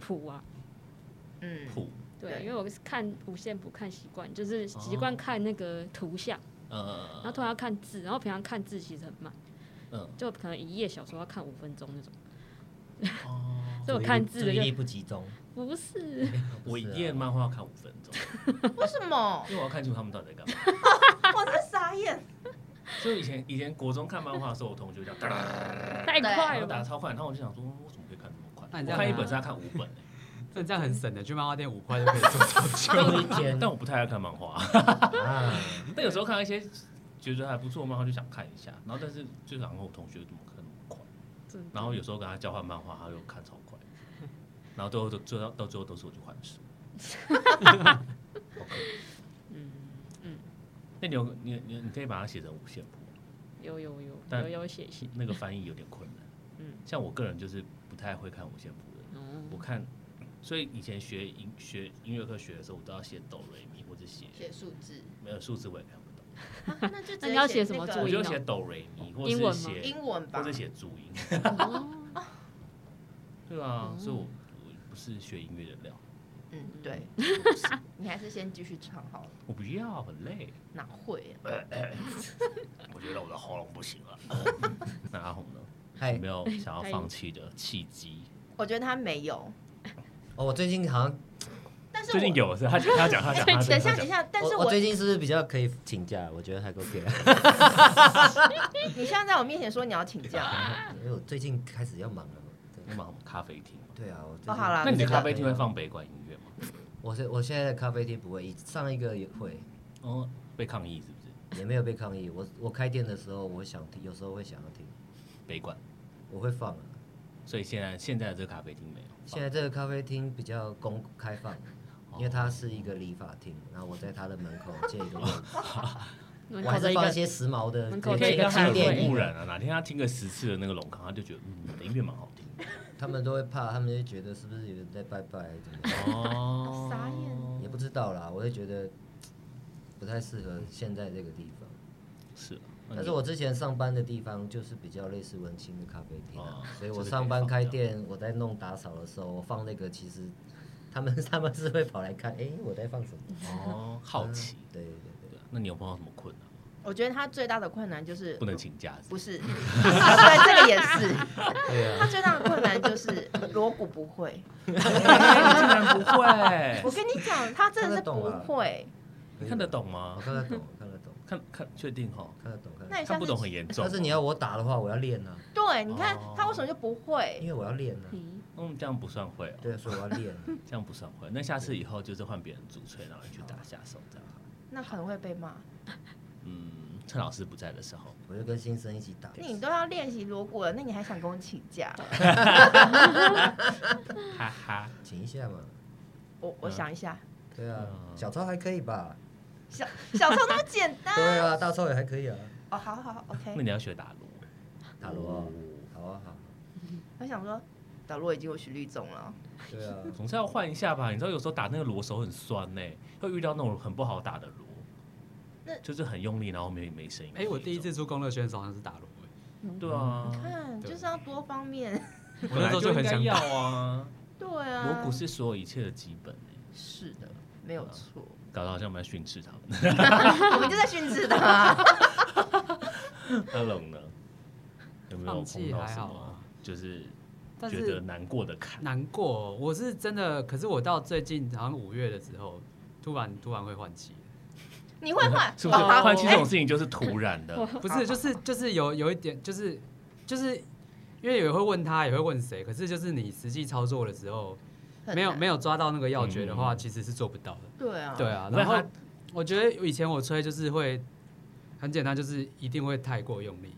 Speaker 3: 谱啊，
Speaker 4: [LAUGHS]
Speaker 1: 嗯，
Speaker 4: 谱，
Speaker 3: 对，
Speaker 1: 对
Speaker 3: 因为我是看五线谱看习惯，就是习惯看那个图像，
Speaker 8: 嗯
Speaker 3: 然后
Speaker 4: 呃，
Speaker 3: 突然要看字，然后平常看字其实很慢，
Speaker 4: 嗯
Speaker 3: 就可能一页小说要看五分钟那种，
Speaker 4: 哦
Speaker 3: 所以我看字
Speaker 2: 注
Speaker 3: 的
Speaker 2: 意
Speaker 3: 就
Speaker 2: 力不集
Speaker 4: [LAUGHS]
Speaker 2: 中。
Speaker 3: 不是，
Speaker 4: 我一
Speaker 2: 不是啊
Speaker 4: 页漫画要看五分
Speaker 8: [LAUGHS]
Speaker 4: 钟，
Speaker 1: 为什么？
Speaker 4: 因为我要看清楚他们到底在干嘛。
Speaker 1: [LAUGHS] 我真傻眼。
Speaker 4: 所以以前以前国中看漫画的时候，我同学就这样哒哒哒哒哒哒，
Speaker 1: 对
Speaker 3: 太快
Speaker 4: 然后
Speaker 3: 了
Speaker 4: 打
Speaker 3: 吧
Speaker 4: 得？超快，然后我就想说，我怎么可以看这么快？
Speaker 8: 那你这
Speaker 4: 我
Speaker 8: 样
Speaker 4: 看一
Speaker 8: 啊
Speaker 4: 本是要看五本
Speaker 8: [LAUGHS]
Speaker 4: 欸，
Speaker 8: 那你这样很省的，去漫画店五块就可
Speaker 4: [LAUGHS]
Speaker 8: 以做到。
Speaker 2: 就一天
Speaker 4: 但我不太爱看漫画。
Speaker 2: 啊，
Speaker 4: 但有时候看到一些觉得还不错的漫画，就想看一下。然后但是就然后我同学怎么看那么快，
Speaker 3: 真的
Speaker 4: 然后有时候跟他交换漫画，他又看超快，然后最后都最后到最后都是我去换书。OK，
Speaker 3: 嗯
Speaker 4: 那你有你你你可以把它写成五线谱，
Speaker 3: 有有有
Speaker 4: 但
Speaker 3: 有有写信，
Speaker 4: 那个翻译有点困难。
Speaker 3: 嗯
Speaker 4: 像我个人就是不太会看五线谱的，
Speaker 3: 嗯
Speaker 4: 我看。所以以前学音学音乐课学的时候，我都要写哆瑞咪或者写
Speaker 1: 写数字，
Speaker 4: 没有数字我也看不懂，
Speaker 1: 啊那就直
Speaker 3: 那
Speaker 1: 接
Speaker 3: 你要
Speaker 1: 写
Speaker 3: 写什么
Speaker 1: 那个
Speaker 3: 注
Speaker 4: 我
Speaker 3: 音
Speaker 4: 就
Speaker 3: 哦
Speaker 4: 写哆瑞咪或
Speaker 3: 英文
Speaker 4: 者
Speaker 3: 吗
Speaker 4: 是写
Speaker 1: 英文吧
Speaker 4: 或者？写注音。
Speaker 3: 哦
Speaker 4: 对啊，
Speaker 3: 哦
Speaker 4: 所以我我不是学音乐的料，
Speaker 1: 嗯，对， [LAUGHS] 你还是先继续唱好了，
Speaker 4: 我不要，很累。
Speaker 1: 哪会啊？
Speaker 4: 我觉得我的喉咙不行了。 [LAUGHS] 那阿红呢？有
Speaker 2: 嗨
Speaker 4: 没，有想要
Speaker 3: 嗨
Speaker 4: 放弃的契机？
Speaker 1: 我觉得他没有，
Speaker 2: 哦，我最近好像，
Speaker 1: 但是
Speaker 4: 最近
Speaker 1: 我
Speaker 4: 有是他讲他讲他
Speaker 1: [LAUGHS]
Speaker 4: 讲，他讲
Speaker 1: 等一
Speaker 4: 他
Speaker 1: 下
Speaker 4: 讲
Speaker 1: 啊等一下，但是
Speaker 2: 我
Speaker 1: 我
Speaker 2: 哦最近是不是比较可以请假？我觉得还 OK，啊
Speaker 3: [LAUGHS]
Speaker 1: 你现在在我面前说你要请假，
Speaker 2: 因为我最近开始要忙了。
Speaker 4: 我
Speaker 2: 对
Speaker 4: 忙咖啡厅嘛。
Speaker 2: 对啊，我最
Speaker 1: 哦
Speaker 2: 近
Speaker 1: 好啦
Speaker 4: 那你的
Speaker 1: 这个
Speaker 4: 咖啡厅会？放北管音乐吗？
Speaker 2: 我现我现在的咖啡厅不会，上一个也会，
Speaker 4: 哦，被抗议是不是？
Speaker 2: 也没有被抗议。我我开店的时候，我想听，有时候会想要听，
Speaker 4: 北管，
Speaker 2: 我会放啊。
Speaker 4: 所以现在现在的这个咖啡厅没有。
Speaker 2: 现在这个咖啡厅比较公开放，因为它是一个理发厅，然后我在它的门口建一个位置，
Speaker 3: 哦门
Speaker 2: 我
Speaker 3: 口
Speaker 2: 还
Speaker 3: 的
Speaker 2: 是
Speaker 3: 一
Speaker 2: 放一
Speaker 3: 个
Speaker 2: 些时髦的，
Speaker 3: 门口
Speaker 4: 你
Speaker 2: 有些
Speaker 4: 可以
Speaker 3: 的一个
Speaker 4: 跟他
Speaker 2: 经
Speaker 4: 耳
Speaker 2: 典
Speaker 4: 濡
Speaker 2: 音
Speaker 4: 目
Speaker 2: 乐
Speaker 4: 染啊，哪天他听个十次的那个龙康，他就觉得嗯，你的音乐蛮好听的。
Speaker 2: 他们都会怕，他们就觉得是不是有人在拜拜怎么样，
Speaker 4: 哦
Speaker 1: 傻眼
Speaker 2: 也不知道啦。我会觉得不太适合现在这个地方。
Speaker 4: 是啊，那你
Speaker 2: 但是我之前上班的地方就是比较类似文青的咖啡厅啊
Speaker 4: 哦，
Speaker 2: 所以
Speaker 4: 就
Speaker 2: 我
Speaker 4: 是
Speaker 2: 上班
Speaker 4: 可以
Speaker 2: 开
Speaker 4: 放这
Speaker 2: 店，我在弄打扫的时候，我放那个，其实他们他们是会跑来看，诶，我在放什么？
Speaker 4: 哦好奇。
Speaker 2: 嗯对对对
Speaker 4: 对啊那你有碰到什么困难吗？
Speaker 1: 我觉得他最大的困难就是
Speaker 4: 不能请假是不
Speaker 1: 不
Speaker 4: 是，
Speaker 1: 是， [LAUGHS] 啊对这个也是，
Speaker 2: 对
Speaker 1: 他
Speaker 2: 啊，
Speaker 1: 最大的困难就是锣鼓不会。
Speaker 4: 竟然不会，
Speaker 1: 我跟你讲，他真的是不会。
Speaker 4: 你看得懂
Speaker 2: 我
Speaker 4: 吗？
Speaker 2: 看得懂，我看得懂，
Speaker 4: 看看确定哈，
Speaker 2: 看得懂，看得
Speaker 1: 那
Speaker 2: 懂。
Speaker 1: 你下次
Speaker 4: 看不懂很严重。
Speaker 2: 但是你要我打的话，我要练啊，
Speaker 1: 对，你看
Speaker 4: 哦
Speaker 1: 他为什么就不
Speaker 2: 因
Speaker 1: 会？
Speaker 2: 为我要练啊，
Speaker 3: 嗯，
Speaker 4: 嗯，这样不算会哦，
Speaker 2: 对，所以我要练啊。
Speaker 4: 这样不算会。那下次以后就是换别人主吹，然后你去打下手这样。
Speaker 1: 那可能会被骂。
Speaker 4: 嗯，趁老师不在的时候，
Speaker 2: 我就跟新生一起打。
Speaker 1: 你都要练习锣鼓了，那你还想跟我请假？
Speaker 4: 哈哈。
Speaker 2: 请一下嘛。
Speaker 1: 我我想一下， [LAUGHS]
Speaker 2: 对啊
Speaker 4: 嗯，
Speaker 2: 小抄还可以吧？
Speaker 1: 小小时候那么简单。
Speaker 2: [LAUGHS] 对啊，大抄也还可以啊。
Speaker 1: 哦，好好好
Speaker 4: 那
Speaker 1: ，OK。
Speaker 4: 你要学打锣，
Speaker 2: 塔罗啊，好啊好啊。
Speaker 1: 我想说，导罗已经有徐律宗了，
Speaker 2: 对啊，
Speaker 4: 总是要换一下吧。你知道有时候打那个锣手很酸呢，欸会遇到那种很不好打的
Speaker 1: 那
Speaker 4: 锣，就是很用力，然后没没声音。
Speaker 8: 哎、我第一次出攻略选手好像是欸打锣、
Speaker 4: 对
Speaker 8: [LAUGHS]
Speaker 4: 啊，
Speaker 1: 看就是要多方面。 [LAUGHS]
Speaker 8: 欸，我
Speaker 4: 本
Speaker 8: 那
Speaker 4: 来
Speaker 8: 时候
Speaker 4: 就
Speaker 8: 很
Speaker 4: 应该
Speaker 8: 想
Speaker 4: 要 [LAUGHS]
Speaker 8: 打。
Speaker 4: 啊。
Speaker 1: 对啊，
Speaker 4: 锣鼓是所有一切的基本欸，
Speaker 1: 是的，没有错。
Speaker 4: 搞得好像我们在训斥他
Speaker 8: [LAUGHS]
Speaker 4: 们。
Speaker 1: 我们就在训斥啊他。
Speaker 4: 阿龙呢？有没有
Speaker 8: 放
Speaker 4: 碰
Speaker 8: 弃
Speaker 4: 到
Speaker 8: 还
Speaker 4: 什
Speaker 8: 好
Speaker 4: 么
Speaker 8: 啊
Speaker 4: 就是
Speaker 8: 但
Speaker 4: 觉得
Speaker 8: 是
Speaker 4: 难过的坎？
Speaker 8: 难过，哦我是真的，可是我到最近好像五月的时候，突然突然会换气，
Speaker 1: [LAUGHS] 你会换？
Speaker 4: [LAUGHS] 是不是
Speaker 1: 哦好
Speaker 4: 换气这种
Speaker 1: 哎
Speaker 4: 事情就是突然的？
Speaker 8: 不是，就是就是有有一点，就是就是因为也会问他，也会问谁，可是就是你实际操作的时候，没有没
Speaker 1: 有，
Speaker 8: 有抓到那个要诀的话，
Speaker 4: 嗯
Speaker 8: 其实是做不到的。
Speaker 1: 对啊，
Speaker 8: 对啊，
Speaker 4: 那
Speaker 8: 然后
Speaker 4: 他
Speaker 8: 我觉得以前我吹就是会很简单，就是一定会太过用力，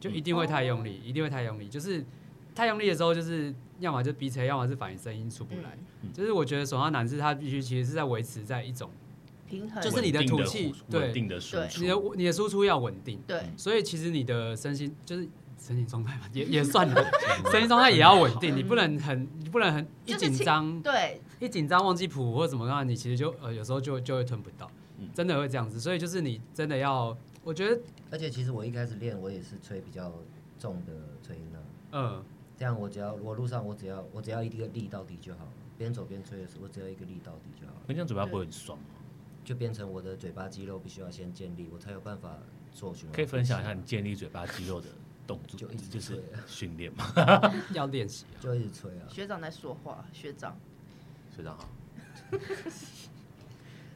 Speaker 8: 就
Speaker 1: 嗯
Speaker 8: 一定会太用力，一定会太用力，就是太用力的时候，就是要么就鼻塞，要么是反应声音出不来。
Speaker 4: 嗯
Speaker 8: 就是我觉得手上难是它必须其实是在维持在一种，
Speaker 1: 平衡
Speaker 8: 就是你的
Speaker 4: 稳定
Speaker 8: 吐气
Speaker 4: 呼
Speaker 8: 对
Speaker 4: 稳定的输
Speaker 1: 对
Speaker 4: 出
Speaker 8: 你的你的输出要稳定，
Speaker 1: 对
Speaker 8: 所以其实你的身心就是。身心状态嘛，也也算了，
Speaker 1: [LAUGHS]
Speaker 4: [LAUGHS]
Speaker 8: 身心状态也要稳定，你不能很，你不能很一
Speaker 1: 就是
Speaker 8: 紧
Speaker 1: 轻
Speaker 8: 张，
Speaker 1: 对，
Speaker 8: 一紧张忘记谱或怎么样，你其实就呃有时候就就会吞不到
Speaker 4: 嗯，
Speaker 8: 真的会这样子。所以就是你真的要，我觉得，
Speaker 2: 而且其实我一开始练，我也是吹比较重的吹音浪，
Speaker 8: 嗯
Speaker 2: 这样我只要我路上我只要我只要一个力到底就好了，边走边吹的时候我只要一个力到底就好了，
Speaker 4: 那这样嘴巴不会很爽吗？
Speaker 2: 就变成我的嘴巴肌肉必须要先建立，我才有办法做循环。
Speaker 4: 可以分享一下你，建立嘴巴肌肉的动作，
Speaker 2: 就一直
Speaker 4: 就是
Speaker 2: 吹啊
Speaker 4: 训练嘛。
Speaker 8: 要练习啊。
Speaker 2: 就一直吹啊。
Speaker 1: 学长在说话，学长
Speaker 4: 学长好，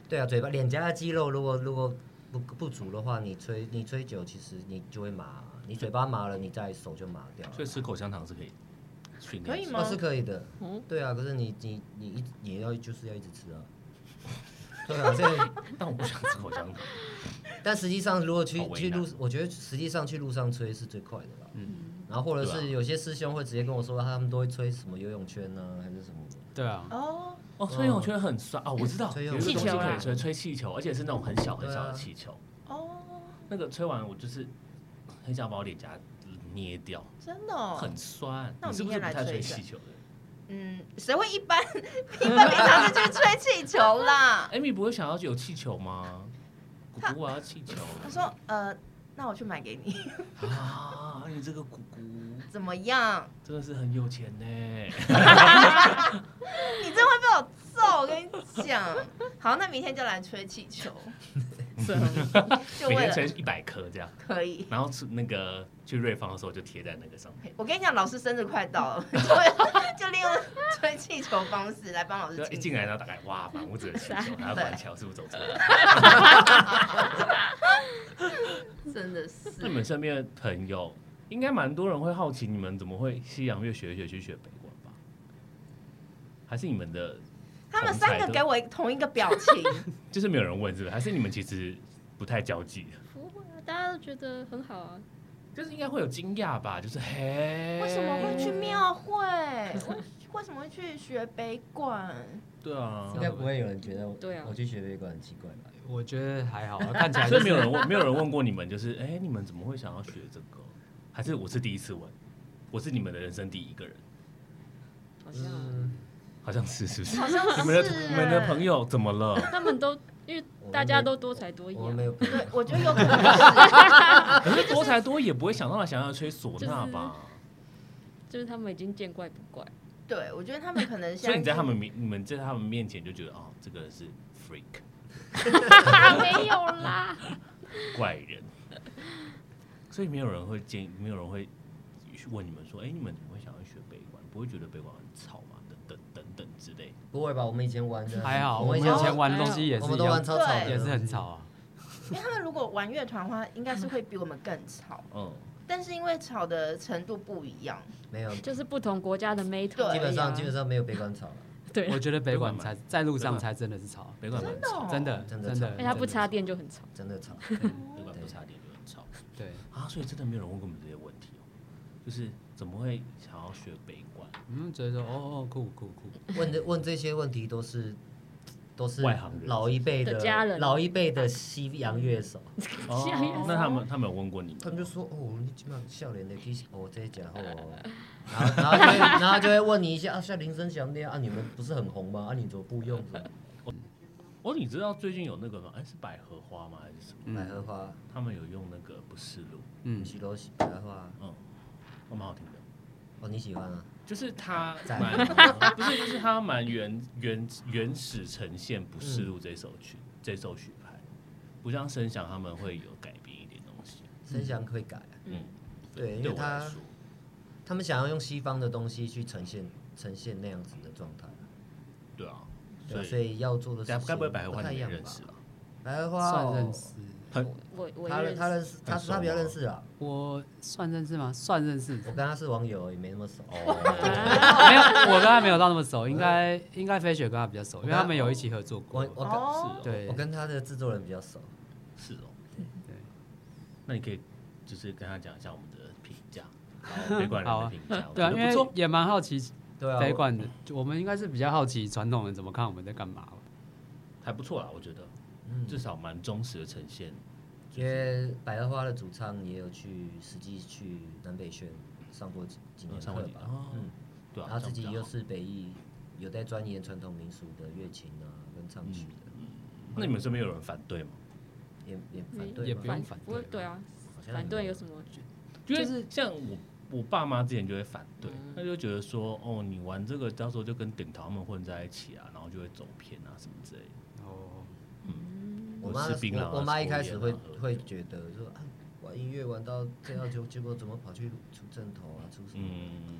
Speaker 2: 对啊，嘴巴脸颊的肌肉如果如果不不足的话，你吹你吹久，其实你就会麻，你嘴巴麻了，你再手就麻掉了。
Speaker 4: 所以吃口香糖是可以训练，
Speaker 1: 可以 [LAUGHS] 吗
Speaker 2: 那是可以的
Speaker 3: 哦，
Speaker 2: 对啊，可是你你你一你要就是要一直吃啊， [LAUGHS] 对啊，所以
Speaker 4: 但我不想吃口香糖。
Speaker 2: 但实际上，如果去
Speaker 4: 好为
Speaker 2: 去
Speaker 4: 难
Speaker 2: 路，我觉得实际上去路上吹是最快的啦。
Speaker 8: 嗯
Speaker 2: 嗯，然后或者
Speaker 4: 对
Speaker 2: 是
Speaker 4: 啊
Speaker 2: 有些师兄会直接跟我说，他们都会吹什么游泳圈呢、还是什么的？
Speaker 8: 对啊，
Speaker 1: 哦，
Speaker 4: [LAUGHS] 哦，吹游泳圈很酸啊！我知道，
Speaker 2: 吹
Speaker 4: 有
Speaker 2: 游
Speaker 4: 一
Speaker 2: 泳
Speaker 4: 个
Speaker 2: 圈
Speaker 4: 东西可以
Speaker 3: 气球啦
Speaker 4: 吹，吹气球，而且是那种很小很小
Speaker 2: 对啊
Speaker 4: 的气球。
Speaker 1: 哦，
Speaker 4: 那个吹完我就是很想把我脸颊捏掉，
Speaker 1: 真的、哦，
Speaker 4: 很酸。
Speaker 1: 那我
Speaker 4: 你是
Speaker 1: 明
Speaker 4: 不是
Speaker 1: 天
Speaker 4: 不
Speaker 1: 来
Speaker 4: 太
Speaker 1: 吹
Speaker 4: 吹
Speaker 1: 一下
Speaker 4: 气球的
Speaker 1: 嗯，谁会一般 [LAUGHS] 一般平常是去吹气球啦？
Speaker 4: ？Amy 不会想要有气球吗？姑姑啊，气球
Speaker 1: 他说呃，那我去买给你， [LAUGHS]
Speaker 4: 啊，你这个姑姑
Speaker 1: 怎么样？
Speaker 4: 真的是很有钱呢。
Speaker 1: 你真会被我揍，我跟你讲。好，那明天就来吹气
Speaker 4: [LAUGHS]
Speaker 1: 球，就为
Speaker 4: 每天
Speaker 1: 了
Speaker 4: 吹一百颗这样，
Speaker 1: 可以。
Speaker 4: 然后吃那个去瑞芳的时候就贴在那个上面，
Speaker 1: 我跟你讲，老师生日快到了， [LAUGHS] 就会就利用吹气球方式来帮老师
Speaker 4: 就一
Speaker 1: 庆
Speaker 4: 进
Speaker 1: 祝。
Speaker 4: 来然后打开，哇，满屋子的
Speaker 1: [LAUGHS]
Speaker 4: 气球，然后管桥是不是走错了？
Speaker 1: 真的
Speaker 4: 那你们
Speaker 1: 是，
Speaker 4: 身边的朋友，应该蛮多人会好奇你们怎么会西洋乐学一学去学北管吧？还是你们的
Speaker 1: 他们三个给我同一个表情，
Speaker 4: 就是没有人问是不是？还是你们其实不太交际？
Speaker 3: 不会啊，大家都觉得很好啊。
Speaker 4: 就是应该会有惊讶吧？就是嘿，
Speaker 1: 为什么会去？庙会？
Speaker 4: [LAUGHS]
Speaker 1: 为为什么会去学北管？
Speaker 4: 对啊
Speaker 2: 应，该不会有人觉得我
Speaker 3: 对啊
Speaker 2: 我去学北管很奇怪吧？
Speaker 8: 我觉得还好，看起来
Speaker 4: 所
Speaker 8: 就
Speaker 4: 以没有
Speaker 8: 是
Speaker 4: 人问，没有人问过你们，就是哎、你们怎么会想要学这个？还是我是第一次问，我是你们的人生第一个人，
Speaker 3: 好像、
Speaker 8: 嗯
Speaker 4: 好像是是不是？
Speaker 1: 好像是
Speaker 4: 你们的你们的
Speaker 1: 哎
Speaker 4: 朋友怎么了？
Speaker 1: [LAUGHS]
Speaker 3: 他们都因为
Speaker 2: 我们
Speaker 3: 大家
Speaker 2: 没
Speaker 3: 都多才多艺
Speaker 2: 我
Speaker 3: 啊
Speaker 2: 们，没有朋友
Speaker 1: 对，我觉得有可能是，
Speaker 4: [LAUGHS] 可是多才多艺也不会想到想要吹唢呐吧？
Speaker 3: 就是他们已经见怪不怪。
Speaker 2: [LAUGHS]
Speaker 1: 对我觉得他们可能
Speaker 4: 所以
Speaker 1: 现
Speaker 4: 你在他们面，你们在他们面前就觉得哦，这个人是 freak
Speaker 3: 啊没有啦，
Speaker 4: 怪人，所以没有人会建议，没有人会去问你们说，哎、你们怎么会想要学北管？不会觉得北管很吵吗？等等等等之类的。
Speaker 2: 不会吧？我们以前玩的
Speaker 8: 还好，
Speaker 2: 啊我
Speaker 8: 我
Speaker 2: 们
Speaker 8: 以
Speaker 2: 以前
Speaker 8: 前
Speaker 2: 玩
Speaker 8: 玩的东西也是
Speaker 2: 我
Speaker 8: 一
Speaker 2: 们都玩
Speaker 8: 样，
Speaker 2: 超吵的，
Speaker 1: 对
Speaker 8: 也是很吵。啊。
Speaker 1: 因为他们如果玩乐团的话，应该是会比我们更吵，
Speaker 4: 嗯，
Speaker 1: 但是因为吵的程度不一样，
Speaker 2: 没有，
Speaker 3: 就是不同国家的妹头、
Speaker 1: 对
Speaker 3: 啊。
Speaker 2: 基本上基本上没有北管吵了，
Speaker 3: 对啊，
Speaker 8: 我觉得北管
Speaker 4: 北管
Speaker 8: 才在路上才真的是吵，
Speaker 4: 北管
Speaker 1: 哦
Speaker 4: 很吵，
Speaker 8: 真的哦
Speaker 2: 哦真的
Speaker 8: 真
Speaker 2: 吵
Speaker 8: 的
Speaker 3: 因为，它不插
Speaker 8: 真的
Speaker 3: 电就很吵。
Speaker 2: 真的吵。
Speaker 4: 嗯北管不差点就很吵
Speaker 8: 对，
Speaker 4: 啊。所以真的没有人问过我们这些问题哦，就是怎么会想要学北
Speaker 1: [LAUGHS]
Speaker 4: 管？
Speaker 8: 嗯，觉得说哦哦酷酷酷，
Speaker 2: [LAUGHS] 问的问这些问题都是都是
Speaker 4: 外行人
Speaker 2: 老一辈
Speaker 3: 的家人
Speaker 2: 老一辈的西洋乐手。
Speaker 4: 哦，那他们他们有问过你们吗？
Speaker 2: 他们就说：“哦，你起码笑脸的去哦，这些然后，
Speaker 3: [LAUGHS]
Speaker 2: 然后然后就会然后就会问你一下啊，像林声祥那样啊，你们不是很红吗？啊，你怎么不用？
Speaker 4: 哦，你知道最近有那个吗？哎、是百合花吗？还是什么？
Speaker 2: 百合
Speaker 8: 嗯
Speaker 2: 花，
Speaker 4: 他们有用那个不是露，
Speaker 8: 嗯
Speaker 2: 你，喜都喜百合花，
Speaker 4: 嗯，哦，蛮好听的。
Speaker 2: 哦，你喜欢啊？
Speaker 4: 就是它
Speaker 2: 赞 [LAUGHS]
Speaker 4: 蛮不是，就是它蛮原原原始呈现《不是
Speaker 2: 嗯
Speaker 4: 路》这首曲、这首曲牌，不像声响他们会有改变一点东西。
Speaker 2: 声祥会改啊，
Speaker 4: 嗯，
Speaker 2: 对因为
Speaker 4: 对我来
Speaker 2: 它
Speaker 4: 说，
Speaker 2: 他们想要用西方的东西去呈现呈现那样子的状态啊，
Speaker 4: 对啊，
Speaker 2: 对啊
Speaker 4: 所
Speaker 2: 所
Speaker 4: 以
Speaker 2: 以要做的事
Speaker 4: 该
Speaker 2: 情
Speaker 4: 该不会百合花
Speaker 2: 太
Speaker 4: 你
Speaker 2: 一
Speaker 4: 也
Speaker 2: 样
Speaker 4: 认
Speaker 2: 吧
Speaker 4: 识？吧？
Speaker 2: 百合花
Speaker 8: 算
Speaker 2: 哦
Speaker 8: 认识，
Speaker 4: 很
Speaker 3: 我我
Speaker 2: 他
Speaker 3: 认
Speaker 2: 认他认识他
Speaker 4: 很熟
Speaker 2: 他比较
Speaker 4: 吗
Speaker 2: 认识啊，
Speaker 8: 我算认识吗？算认识，
Speaker 2: 我跟他是网友，也没那么熟。
Speaker 4: [LAUGHS]
Speaker 3: 啊
Speaker 4: 哦，
Speaker 8: 没有，我跟他没有到那么熟，应该应该飞雪跟他比较熟，因为他们有一起合作
Speaker 2: 我
Speaker 8: 过。
Speaker 2: 我跟
Speaker 1: 哦，
Speaker 8: 对
Speaker 2: 我，跟他的制作人比较熟。
Speaker 4: 是哦，那你可以就是跟他讲一下我们的评价，北管人
Speaker 8: 好
Speaker 4: 的
Speaker 8: 啊
Speaker 4: 评价，我
Speaker 8: 对啊，
Speaker 4: 觉
Speaker 8: 因
Speaker 4: 得不
Speaker 8: 为
Speaker 4: 错。
Speaker 8: 也蛮好奇
Speaker 2: 对啊，
Speaker 8: 北
Speaker 2: 我
Speaker 8: 管的，我们应该是比较好奇传统人怎么看我们在干嘛吧。
Speaker 4: 还不错啦，我觉得
Speaker 2: 嗯
Speaker 4: 至少蛮忠实的呈现。
Speaker 2: 因为百合花的主唱也有去实际去南北轩上过几几年
Speaker 4: 嗯上过
Speaker 2: 课
Speaker 4: 几
Speaker 2: 吧
Speaker 4: 哦，
Speaker 2: 嗯，
Speaker 4: 对啊，
Speaker 2: 他
Speaker 4: 这
Speaker 2: 自
Speaker 4: 样比
Speaker 2: 己
Speaker 4: 较
Speaker 2: 又
Speaker 4: 好
Speaker 2: 是北艺，有在钻研传统民俗的乐琴啊跟唱曲
Speaker 4: 嗯
Speaker 2: 的，
Speaker 4: 那你们身边有人反对吗？嗯
Speaker 2: 也也反
Speaker 3: 没
Speaker 2: 对
Speaker 8: 也
Speaker 2: 吗
Speaker 8: 不用
Speaker 3: 反
Speaker 8: 反
Speaker 3: 不会对啊，
Speaker 2: 好像
Speaker 3: 嗯反
Speaker 2: 也
Speaker 3: 对
Speaker 2: 没
Speaker 3: 有什么？
Speaker 4: 就是像我我爸妈之前就会反对，
Speaker 1: 嗯
Speaker 4: 他就觉得说，哦，你玩这个到时候就跟顶头他们混在一起啊，然后就会走偏啊什么之类的。
Speaker 8: 哦，
Speaker 2: 我
Speaker 3: 嗯
Speaker 4: 我
Speaker 2: 妈
Speaker 4: 吃槟榔啊
Speaker 2: 我我妈一
Speaker 4: 抽烟
Speaker 2: 开
Speaker 4: 啊
Speaker 2: 始会
Speaker 4: 喝酒
Speaker 2: 会觉得说啊，玩音乐玩到这样就结果怎么跑去出正头啊，出什么？
Speaker 4: 嗯，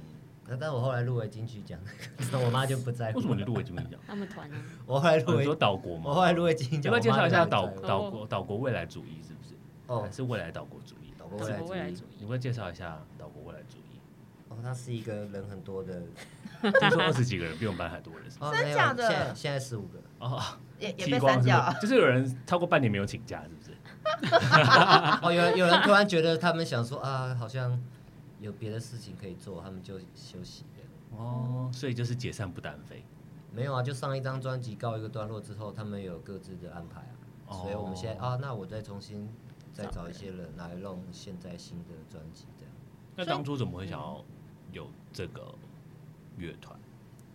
Speaker 2: 那、但我后来入围金曲奖， [LAUGHS] 那我妈就不在乎。
Speaker 4: 为什么你入围金马奖？
Speaker 3: 他们
Speaker 2: [LAUGHS]
Speaker 3: 团啊，
Speaker 2: 我后来入
Speaker 4: 很
Speaker 2: 围
Speaker 4: 多，哦岛国嘛，
Speaker 2: 我后来入围金曲
Speaker 4: 要
Speaker 2: 奖。
Speaker 4: 不要介绍一下
Speaker 2: 我妈
Speaker 4: 岛
Speaker 2: 就不在乎
Speaker 4: 岛国岛国未来主义是不是？
Speaker 2: 哦
Speaker 4: 还，是未来岛国主义？
Speaker 2: 岛国
Speaker 3: 什
Speaker 2: 未来
Speaker 3: 么
Speaker 2: 主
Speaker 3: 未来
Speaker 2: 义
Speaker 3: 主
Speaker 4: 你
Speaker 3: 义？
Speaker 4: 会介绍一下岛国未来主义？
Speaker 2: 哦，他是一个人很多的，
Speaker 4: 听说二十几个人比我们班还多人，是吗？
Speaker 2: 哦、
Speaker 1: 真
Speaker 2: 没有
Speaker 1: 假的
Speaker 2: 现在现在十五个，
Speaker 4: 哦，
Speaker 1: 也 [LAUGHS] 也
Speaker 4: 剃
Speaker 1: 被
Speaker 4: 光
Speaker 1: 删
Speaker 4: 是
Speaker 1: 掉
Speaker 4: 吗 [LAUGHS]
Speaker 1: 啊，
Speaker 4: 就是有人超过半年没有请假，是不是？
Speaker 2: 哦，有人有人突然觉得他们想说啊，好像有别的事情可以做，他们就休息了。
Speaker 4: 哦，所以就是解散不单飞。
Speaker 2: 没有啊，就上一张专辑告一个段落之后，他们有各自的安排啊，
Speaker 4: 哦
Speaker 2: 所以我们现在啊，那我再重新再找一些人来弄现在新的专辑这样。
Speaker 4: 那当初怎么会想要有这个乐团？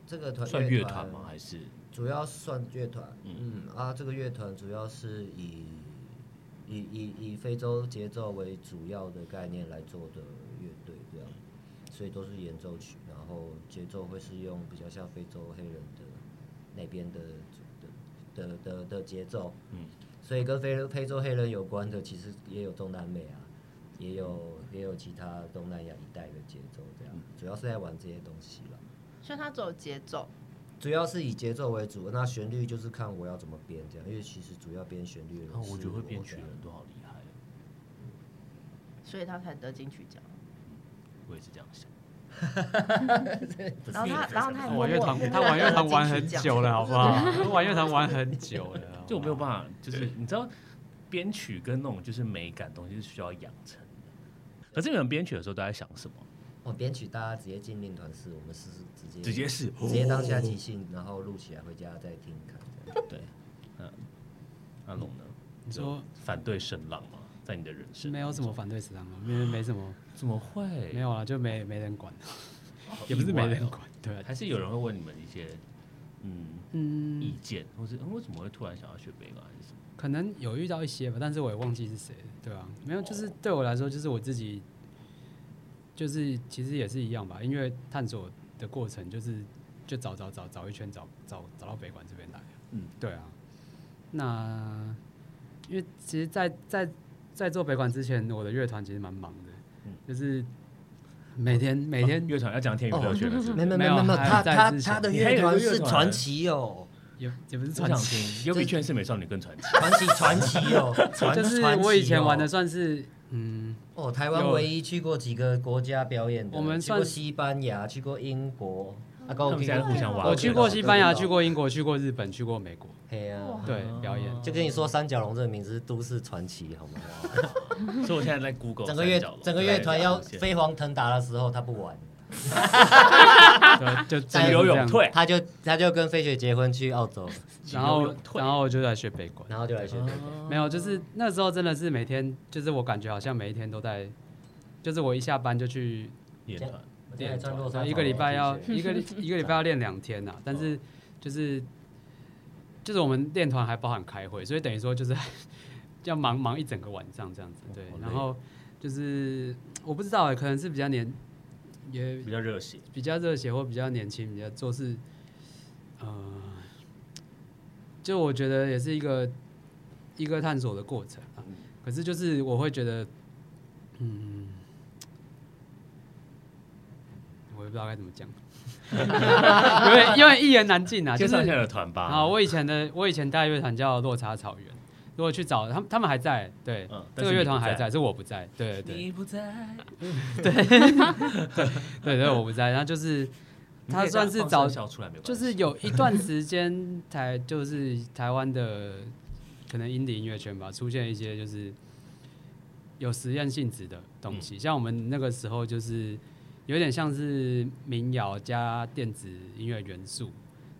Speaker 2: 这个团
Speaker 4: 算乐团吗？？还是
Speaker 2: 主要算乐团，
Speaker 4: 嗯
Speaker 2: 嗯啊，这个乐团主要是以以以以非洲节奏为主要的概念来做的乐队这样，所以都是演奏曲，然后节奏会是用比较像非洲黑人的那边的的的的的节奏，
Speaker 4: 嗯，
Speaker 2: 所以跟非非洲黑人有关的，其实也有中南美啊，也有也有其他东南亚一带的节奏这样，主要是在玩这些东西了。
Speaker 1: 所以他走节奏，
Speaker 2: 主要是以节奏为主，那旋律就是看我要怎么编这样，因为其实主要编旋律的人
Speaker 4: 哦
Speaker 2: 是
Speaker 4: 我觉得会编曲
Speaker 2: 这
Speaker 4: 的
Speaker 2: 样
Speaker 4: 人都好厉害，
Speaker 1: 所以他才得金曲奖。
Speaker 4: 我也是这样 [LAUGHS] 想。哦
Speaker 1: 然后他，然后他还默
Speaker 8: 玩乐
Speaker 1: 默
Speaker 8: 团，他玩乐团玩很久了，好不好？他玩乐团玩很久了，好不好
Speaker 4: 就我没有办法，就是你知道，编曲跟那种就是美感东西是需要养成的。可是你们编曲的时候都在想什么？
Speaker 2: 我哦编曲大家直接进练团室，我们是直接
Speaker 4: 直接是哦
Speaker 2: 直接当下即兴，然后录起来回家再听看这样。
Speaker 4: 对，嗯，阿龙呢？
Speaker 8: 你说
Speaker 4: 反对声浪吗？在你的人生
Speaker 8: 没有什么反对词啊，没没什么，
Speaker 4: 怎么会？
Speaker 8: 没有啊，就没没人管，
Speaker 4: 好
Speaker 8: 也不是没
Speaker 4: 意外
Speaker 8: 人
Speaker 4: 哦
Speaker 8: 管，对啊，
Speaker 4: 还是有人会问你们一些嗯
Speaker 8: 嗯
Speaker 4: 意，见，或是、嗯、为什么会突然想要学北港还是什么？
Speaker 8: 可能有遇到一些吧，但是我也忘记是谁了，对啊，没有，就是对我来说，就是我自己，就是其实也是一样吧，因为探索的过程就是就找找找找一圈找找找到北馆这边来，
Speaker 4: 嗯，
Speaker 8: 对啊，那因为其实在，在在做北馆之前，我的乐团其实蛮忙的，
Speaker 4: 嗯哦
Speaker 8: 就是每天每天、
Speaker 4: 乐团要讲天宇歌曲
Speaker 2: [LAUGHS]
Speaker 4: 了，是不
Speaker 2: 没
Speaker 4: 是？
Speaker 2: 没
Speaker 8: 没
Speaker 2: 没
Speaker 8: 有
Speaker 2: 没没有，
Speaker 8: 还
Speaker 2: 他
Speaker 8: 在
Speaker 2: 他
Speaker 8: 之前
Speaker 2: 他的
Speaker 4: 你还有
Speaker 2: 乐团
Speaker 4: 一个乐
Speaker 2: 是
Speaker 4: 团
Speaker 2: 传奇哦，
Speaker 8: 也也不是
Speaker 4: 我
Speaker 8: 传
Speaker 4: 想
Speaker 8: 奇，
Speaker 4: 听，有比《劝世美少女》更传奇。
Speaker 2: 传奇 [LAUGHS] 传奇哦，
Speaker 4: [LAUGHS]
Speaker 2: 传
Speaker 8: 就是
Speaker 2: 传奇
Speaker 8: 我以前玩的
Speaker 2: 哦
Speaker 8: 算是嗯。
Speaker 2: 哦，台湾
Speaker 8: 有
Speaker 2: 唯一去过几个国家表演的，
Speaker 8: 我们
Speaker 2: 去过
Speaker 8: 算
Speaker 2: 西班牙，去过英国，啊，跟
Speaker 4: 他
Speaker 2: 我
Speaker 4: 们
Speaker 2: 去
Speaker 4: 现在
Speaker 2: 过
Speaker 4: 互相挖，
Speaker 8: 我去过西班牙，
Speaker 2: 对
Speaker 8: 去过英国，去过日本，去过美国，
Speaker 2: 嘿啊，
Speaker 8: 对，表演。
Speaker 2: 就跟你说，三角龙这个名字是都市传奇，好吗？
Speaker 4: [LAUGHS] 所以我现在在
Speaker 2: [LAUGHS]
Speaker 4: Google
Speaker 2: 整个乐
Speaker 4: 哦三角龙
Speaker 2: 整个乐团要
Speaker 4: 对对对
Speaker 2: 飞黄腾达的时候，他不玩，
Speaker 8: 对，就就
Speaker 2: 再
Speaker 4: 游
Speaker 8: 是这
Speaker 4: 泳
Speaker 8: 样，
Speaker 4: 退，
Speaker 2: 他就他就跟飞雪结婚去澳洲，
Speaker 8: 然后然后我就来学北管，
Speaker 2: 然后就来
Speaker 8: 哦
Speaker 2: 学。
Speaker 8: 没有，就是那时候真的是每天，就是我感觉好像每一天都在，就是我一下班就去，
Speaker 4: 演团
Speaker 2: 我今天还穿洛
Speaker 8: 然
Speaker 2: 杉
Speaker 8: 后
Speaker 2: 矶
Speaker 8: 一个礼拜要
Speaker 2: 去学
Speaker 8: 一个一个礼拜要练两天呐、啊但是就是就是我们练团还包含开会，所以等于说就是 [LAUGHS] 要忙忙一整个晚上这样子，对
Speaker 4: 好，累
Speaker 8: 然后就是我不知道、欸，可能是比较年也
Speaker 4: 比较热血，
Speaker 8: 比较热血或比较年轻，比较做事，呃，就我觉得也是一个一个探索的过程啊。
Speaker 4: 嗯
Speaker 8: 可是就是我会觉得，嗯，我也不知道该怎么讲， [LAUGHS] 因
Speaker 4: [LAUGHS]
Speaker 8: 为因为一言难尽啊。就
Speaker 4: 介绍一下
Speaker 8: 是
Speaker 4: 你的团吧。
Speaker 8: 啊，我以前的我以前带乐团叫落差草原，如果去找他们，他们还在，对，
Speaker 4: 嗯
Speaker 8: 这
Speaker 4: 但
Speaker 8: 个
Speaker 4: 是你
Speaker 8: 乐
Speaker 4: 不
Speaker 8: 团还
Speaker 4: 在
Speaker 8: 在，是我不在，对对对。
Speaker 4: 你不在，
Speaker 8: 对对，我不在。然后就是
Speaker 4: 你可
Speaker 8: 他
Speaker 4: 以
Speaker 8: 算
Speaker 4: 让
Speaker 8: 是
Speaker 4: 放
Speaker 8: 早
Speaker 4: 声，笑出来没关系，
Speaker 8: 就是有一段时间台就是台湾的可能 indie 音乐圈吧，出现一些就是有实验性质的东
Speaker 4: 嗯
Speaker 8: 西，像我们那个时候就是有点像是民谣加电子音乐元素，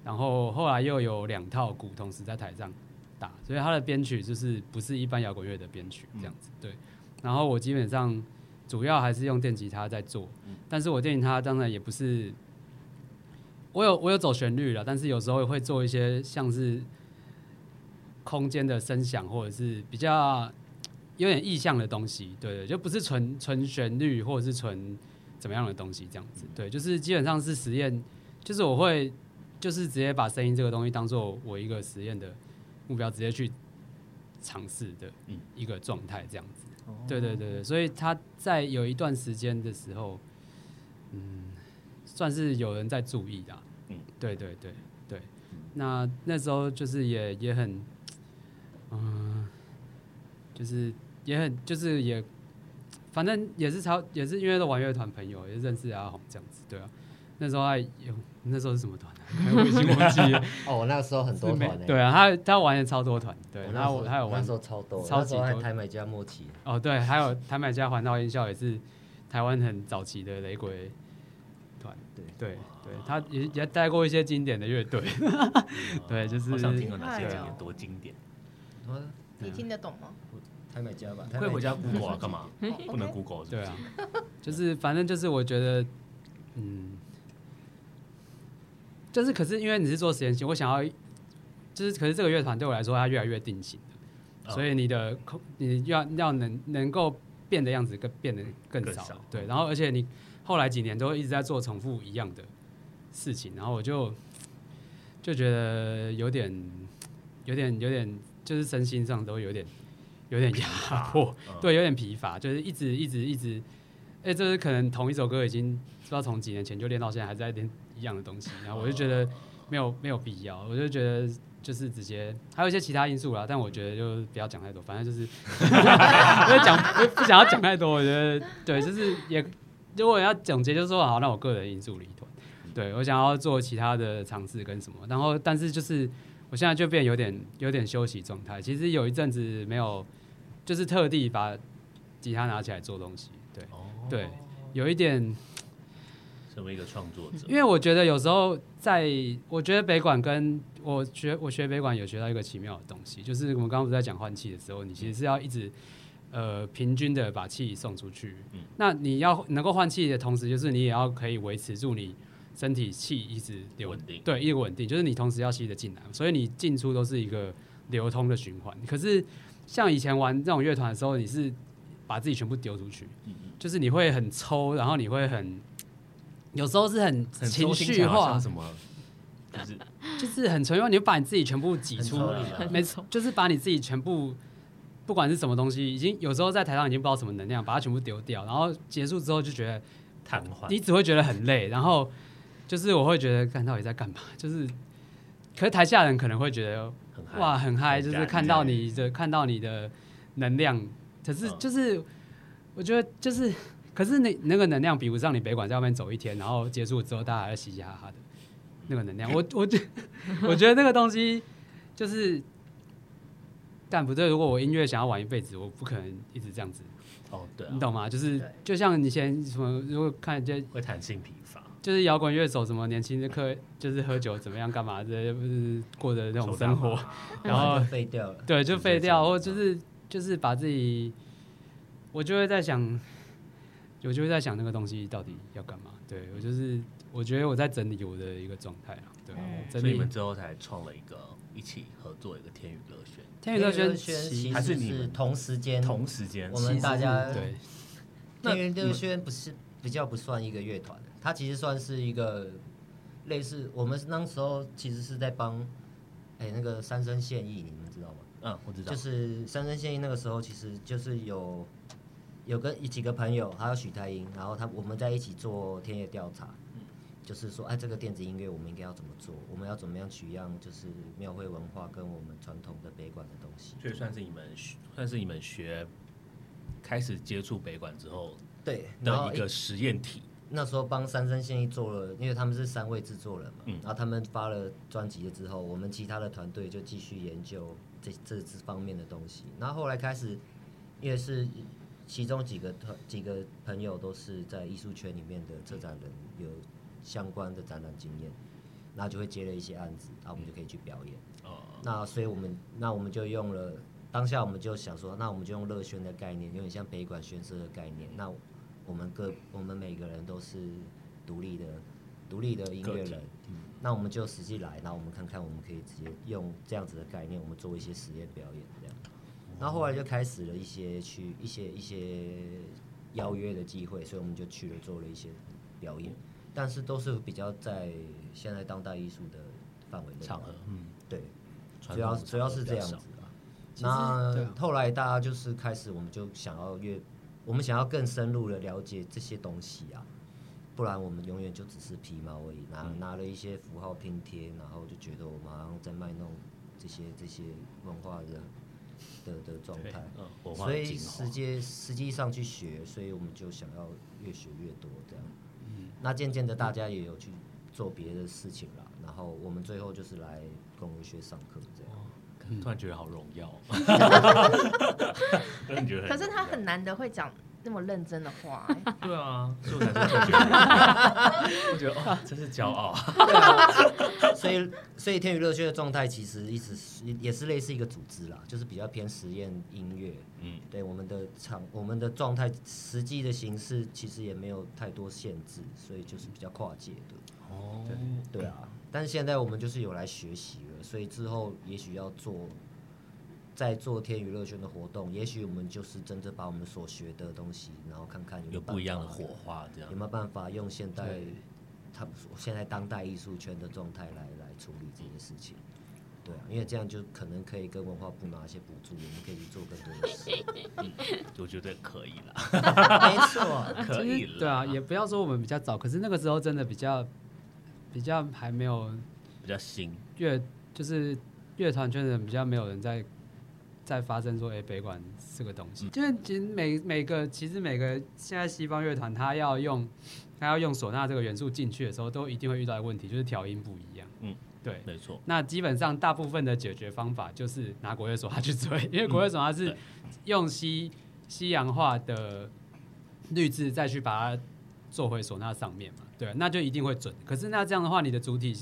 Speaker 8: 然后后来又有两套鼓同时在台上打，所以他的编曲就是不是一般摇滚乐的编曲这样
Speaker 4: 嗯
Speaker 8: 子。对，然后我基本上主要还是用电吉他在做，
Speaker 4: 嗯
Speaker 8: 但是我电吉他当然也不是，我有我有走旋律了，但是有时候会做一些像是空间的声响或者是比较有点意象的东西，对对，就不是纯纯旋律或者是纯怎么样的东西这样子，对，就是基本上是实验，就是我会就是直接把声音这个东西当做我一个实验的目标，直接去尝试的
Speaker 4: 嗯
Speaker 8: 一个状态这样子，对对对对，所以他在有一段时间的时候，嗯，算是有人在注意的啊、
Speaker 4: 嗯
Speaker 8: 对对对对，那那时候就是也也很，嗯，就是也很就是也，反正也是超也是因为都玩乐团朋友，也是认识阿红这样子，对啊。那时候他也那时候是什么团、啊？我已经忘记了。
Speaker 2: 哦，我那个时候很多
Speaker 8: [LAUGHS] 是美
Speaker 2: 团呢、
Speaker 8: 对啊，他他玩了超多团，对，
Speaker 2: 我哦那时
Speaker 8: 然后
Speaker 2: 候
Speaker 8: 我还有玩
Speaker 2: 那时候超多，
Speaker 8: 超
Speaker 2: 那
Speaker 8: 级
Speaker 2: 时候还
Speaker 8: 多
Speaker 2: 台美加默契，
Speaker 8: 哦，对，还有台买家环绕音效也是台湾很早期的雷鬼团，
Speaker 2: 对
Speaker 8: 对对，他也也带过一些经典的乐队，对就是
Speaker 4: 我想听有哪些
Speaker 1: 对
Speaker 4: 经
Speaker 1: 啊
Speaker 4: 典，多经典，
Speaker 2: 啊
Speaker 1: 你听得懂吗？
Speaker 2: 台美加吧，台
Speaker 4: 会
Speaker 2: 美
Speaker 4: 回
Speaker 2: 加
Speaker 4: 家 Google 啊，干嘛？
Speaker 1: 哦
Speaker 4: 不能
Speaker 1: OK
Speaker 4: Google 是不
Speaker 8: 对
Speaker 4: 是
Speaker 8: 啊？，就是反正就是我觉得，嗯，就是可是因为你是做实验性，我想要就是可是这个乐团对我来说它越来越定型了，
Speaker 4: 嗯
Speaker 8: 所以你的空你要要能能够变的样子更变得更
Speaker 4: 更
Speaker 8: 少，嗯
Speaker 4: 少
Speaker 8: 对，然后而且你后来几年都一直在做重复一样的事情，然后我就就觉得有点有点有点就是身心上都有点有点压迫，
Speaker 4: 嗯
Speaker 8: 对，有点疲乏，就是一直一直一直，哎、这是可能同一首歌已经不知道从几年前就练到现在，还在练一样的东西，然后我就觉得没有没有必要，我就觉得就是直接还有一些其他因素啦，但我觉得就不要讲太多，反正就是就讲不不想要讲太多，我觉得对，就是也如果要总结，就是说好，那我个人因素离团，对我想要做其他的尝试跟什么，然后但是就是我现在就变有点有点休息状态，其实有一阵子没有，就是特地把吉他拿起来做东西，对
Speaker 4: 哦
Speaker 8: 对，有一点
Speaker 4: 成为一个创作者，
Speaker 8: 因为我觉得有时候在，我觉得北管跟我学我学北管有学到一个奇妙的东西，就是我们刚刚不是在讲换气的时候，你其实是要一直呃平均的把气送出去。
Speaker 4: 嗯
Speaker 8: 那你要能够换气的同时，就是你也要可以维持住你身体气一直流
Speaker 4: 稳定
Speaker 8: 对，一直稳定，就是你同时要吸得进来，所以你进出都是一个流通的循环。可是像以前玩这种乐团的时候，你是把自己全部丢出去，
Speaker 4: 嗯嗯
Speaker 8: 就是你会很抽，然后你会很。有时候是很
Speaker 4: 很
Speaker 8: 情
Speaker 4: 抽听起
Speaker 8: 绪
Speaker 4: 来好
Speaker 8: 化
Speaker 4: 像，什么，就是
Speaker 8: 就是很纯用，你就把你自己全部挤出
Speaker 2: 很抽离啊，
Speaker 8: 没错，就是把你自己全部，不管是什么东西，已经有时候在台上已经不知道什么能量，把它全部丢掉，然后结束之后就觉得
Speaker 4: 瘫痪
Speaker 8: 你只会觉得很累，然后就是我会觉得，看到底在干嘛？就是，可是台下人可能会觉得
Speaker 4: 很嗨
Speaker 8: 哇，很嗨，
Speaker 4: 很
Speaker 8: 就是
Speaker 4: 燃
Speaker 8: 看到你的看到你的能量，可是
Speaker 4: 嗯
Speaker 8: 就是、我觉得就是，可是你那个能量比不上你北管在外面走一天，然后结束之后大家还在嘻嘻哈哈的那个能量，我我觉我觉得那个东西就是。干不对，如果我音乐想要玩一辈子，我不可能一直这样子，
Speaker 4: 哦，对啊
Speaker 8: 你，懂吗？就是
Speaker 1: 对
Speaker 8: 就像你以前什么，如果看人家
Speaker 4: 会弹性疲乏，
Speaker 8: 就是摇滚乐手什么年轻的客，就是喝酒怎么样干嘛之类，就是过着那种生活
Speaker 4: 手，打麻，
Speaker 8: 然后
Speaker 2: 就废掉了。
Speaker 8: 对，就
Speaker 4: 直接
Speaker 8: 废掉，
Speaker 4: 走
Speaker 8: 或就是就是把自己，我就会在想，我就会在想那个东西到底要干嘛。对我就是，我觉得我在整理我的一个状态啊，对啊，
Speaker 1: 嗯
Speaker 8: 我
Speaker 4: 所
Speaker 8: 整
Speaker 4: 以你
Speaker 8: 理
Speaker 4: 们。最后才创了一个一起合作一个天宇乐轩，
Speaker 8: 天宇乐轩
Speaker 2: 其
Speaker 8: 其
Speaker 4: 还是
Speaker 2: 实
Speaker 4: 你
Speaker 2: 是
Speaker 4: 们
Speaker 2: 同时间，
Speaker 4: 同时间
Speaker 2: 我们大家
Speaker 8: 对
Speaker 2: 天元乐轩不是比较不算一个乐团，它其实算是一个类似我们那时候其实是在帮哎、那个三生现役，你们知道吗？
Speaker 4: 嗯，我知道
Speaker 2: 就，是三生现役那个时候，其实就是有有跟几个朋友，还有许太英，然后他我们在一起做田野调查，就是说，哎、这个电子音乐我们应该要怎么做？我们要怎么样取样？就是庙会文化跟我们传统的北管的东西。
Speaker 4: 所以算是你们学算是你们学开始接触北管之后
Speaker 2: 对，然后
Speaker 4: 的一个实验体。
Speaker 2: 那时候帮三生现役做了，因为他们是三位制作人嘛，
Speaker 4: 嗯
Speaker 2: 然后他们发了专辑了之后，我们其他的团队就继续研究这这这方面的东西。然后后来开始，因为是其中几个团几个朋友都是在艺术圈里面的策展人，有相关的展览经验，那就会接了一些案子，然后我们就可以去表演。
Speaker 4: 呃，
Speaker 2: 那所以我们那我们就用了当下我们就想说，那我们就用乐轩的概念，有点像北管宣社的概念。那我们各我们每个人都是独立的独立的音乐
Speaker 4: 个
Speaker 2: 人
Speaker 4: 体，嗯
Speaker 2: 那我们就实际来，那我们看看我们可以直接用这样子的概念，我们做一些实验表演这样。然后后来就开始了一些去一些一些邀约的机会，所以我们就去了做了一些表演，但是都是比较在现在当代艺术的范围内
Speaker 4: 场合，嗯，
Speaker 2: 对，
Speaker 4: 传
Speaker 2: 主要
Speaker 4: 统
Speaker 2: 主要
Speaker 4: 场合
Speaker 2: 是
Speaker 4: 比
Speaker 2: 这
Speaker 4: 较
Speaker 2: 样子
Speaker 4: 少
Speaker 2: 啊。
Speaker 8: 其实对
Speaker 2: 那
Speaker 8: 啊
Speaker 2: 后来大家就是开始，我们就想要越，我们想要更深入的了解这些东西啊，不然我们永远就只是皮毛而已。拿、
Speaker 4: 嗯
Speaker 2: 拿了一些符号拼贴，然后就觉得我们好像在卖弄这些这些文化的的的状
Speaker 4: 对
Speaker 2: 态。
Speaker 4: 嗯，文
Speaker 2: 所
Speaker 4: 化的
Speaker 2: 以
Speaker 4: 进
Speaker 2: 实
Speaker 4: 化，
Speaker 2: 际实际上去学，所以我们就想要越学越多这样。
Speaker 4: 嗯
Speaker 2: 那渐渐的大家也有去做别的事情啦，然后我们最后就是来公文学上课这样。
Speaker 4: 突然觉得好荣
Speaker 2: [LAUGHS]
Speaker 4: 耀哦，突然觉得
Speaker 1: 可是他
Speaker 4: 荣耀
Speaker 1: 很难得会讲那么认真的话、
Speaker 4: [LAUGHS]
Speaker 1: 哎
Speaker 4: 对啊，所以
Speaker 2: [LAUGHS]
Speaker 4: 我才说我觉得，我觉得哦，真是骄傲。
Speaker 2: 所以，所以天娱乐圈的状态其实一直是也是类似一个组织啦，就是比较偏实验音乐。
Speaker 4: 嗯，
Speaker 2: 对我们的场，我们的状态，实际的形式其实也没有太多限制，所以就是比较跨界的。
Speaker 4: 哦，
Speaker 2: 对啊，但是现在我们就是有来学习了，所以之后也许要做。在做天娱乐圈的活动，也许我们就是真正把我们所学的东西，然后看看有没
Speaker 4: 有
Speaker 2: 有
Speaker 4: 不一样的
Speaker 2: 办法
Speaker 4: 火花，这样
Speaker 2: 有没有办法用现代
Speaker 8: 对
Speaker 2: 他们说现在当代艺术圈的状态来来处理这些事情？对啊，因为这样就可能可以跟文化部拿一些补助，我们可以去做更多的事。
Speaker 8: [LAUGHS]
Speaker 4: 我觉得可以啦，
Speaker 2: 没错，
Speaker 4: 可以啦，
Speaker 8: 对啊，也不要说我们比较早，可是那个时候真的比较比较还没有
Speaker 4: 比较新，
Speaker 8: 乐，就是乐团圈的人比较没有人在在发生说，哎、北管是个东西。因为其实每每个其实每个现在西方乐团，他要用他要用唢呐这个元素进去的时候，都一定会遇到一个问题，就是调音不一样。
Speaker 4: 嗯
Speaker 8: 嗯，对。
Speaker 4: 没错，
Speaker 8: 那基本上大部分的解决方法就是拿国乐手他去追，因为国乐手他是
Speaker 4: 对
Speaker 8: 用西西洋化的律制再去把它做回唢呐上面嘛，对，啊那就一定会准。可是那这样的话，你的主体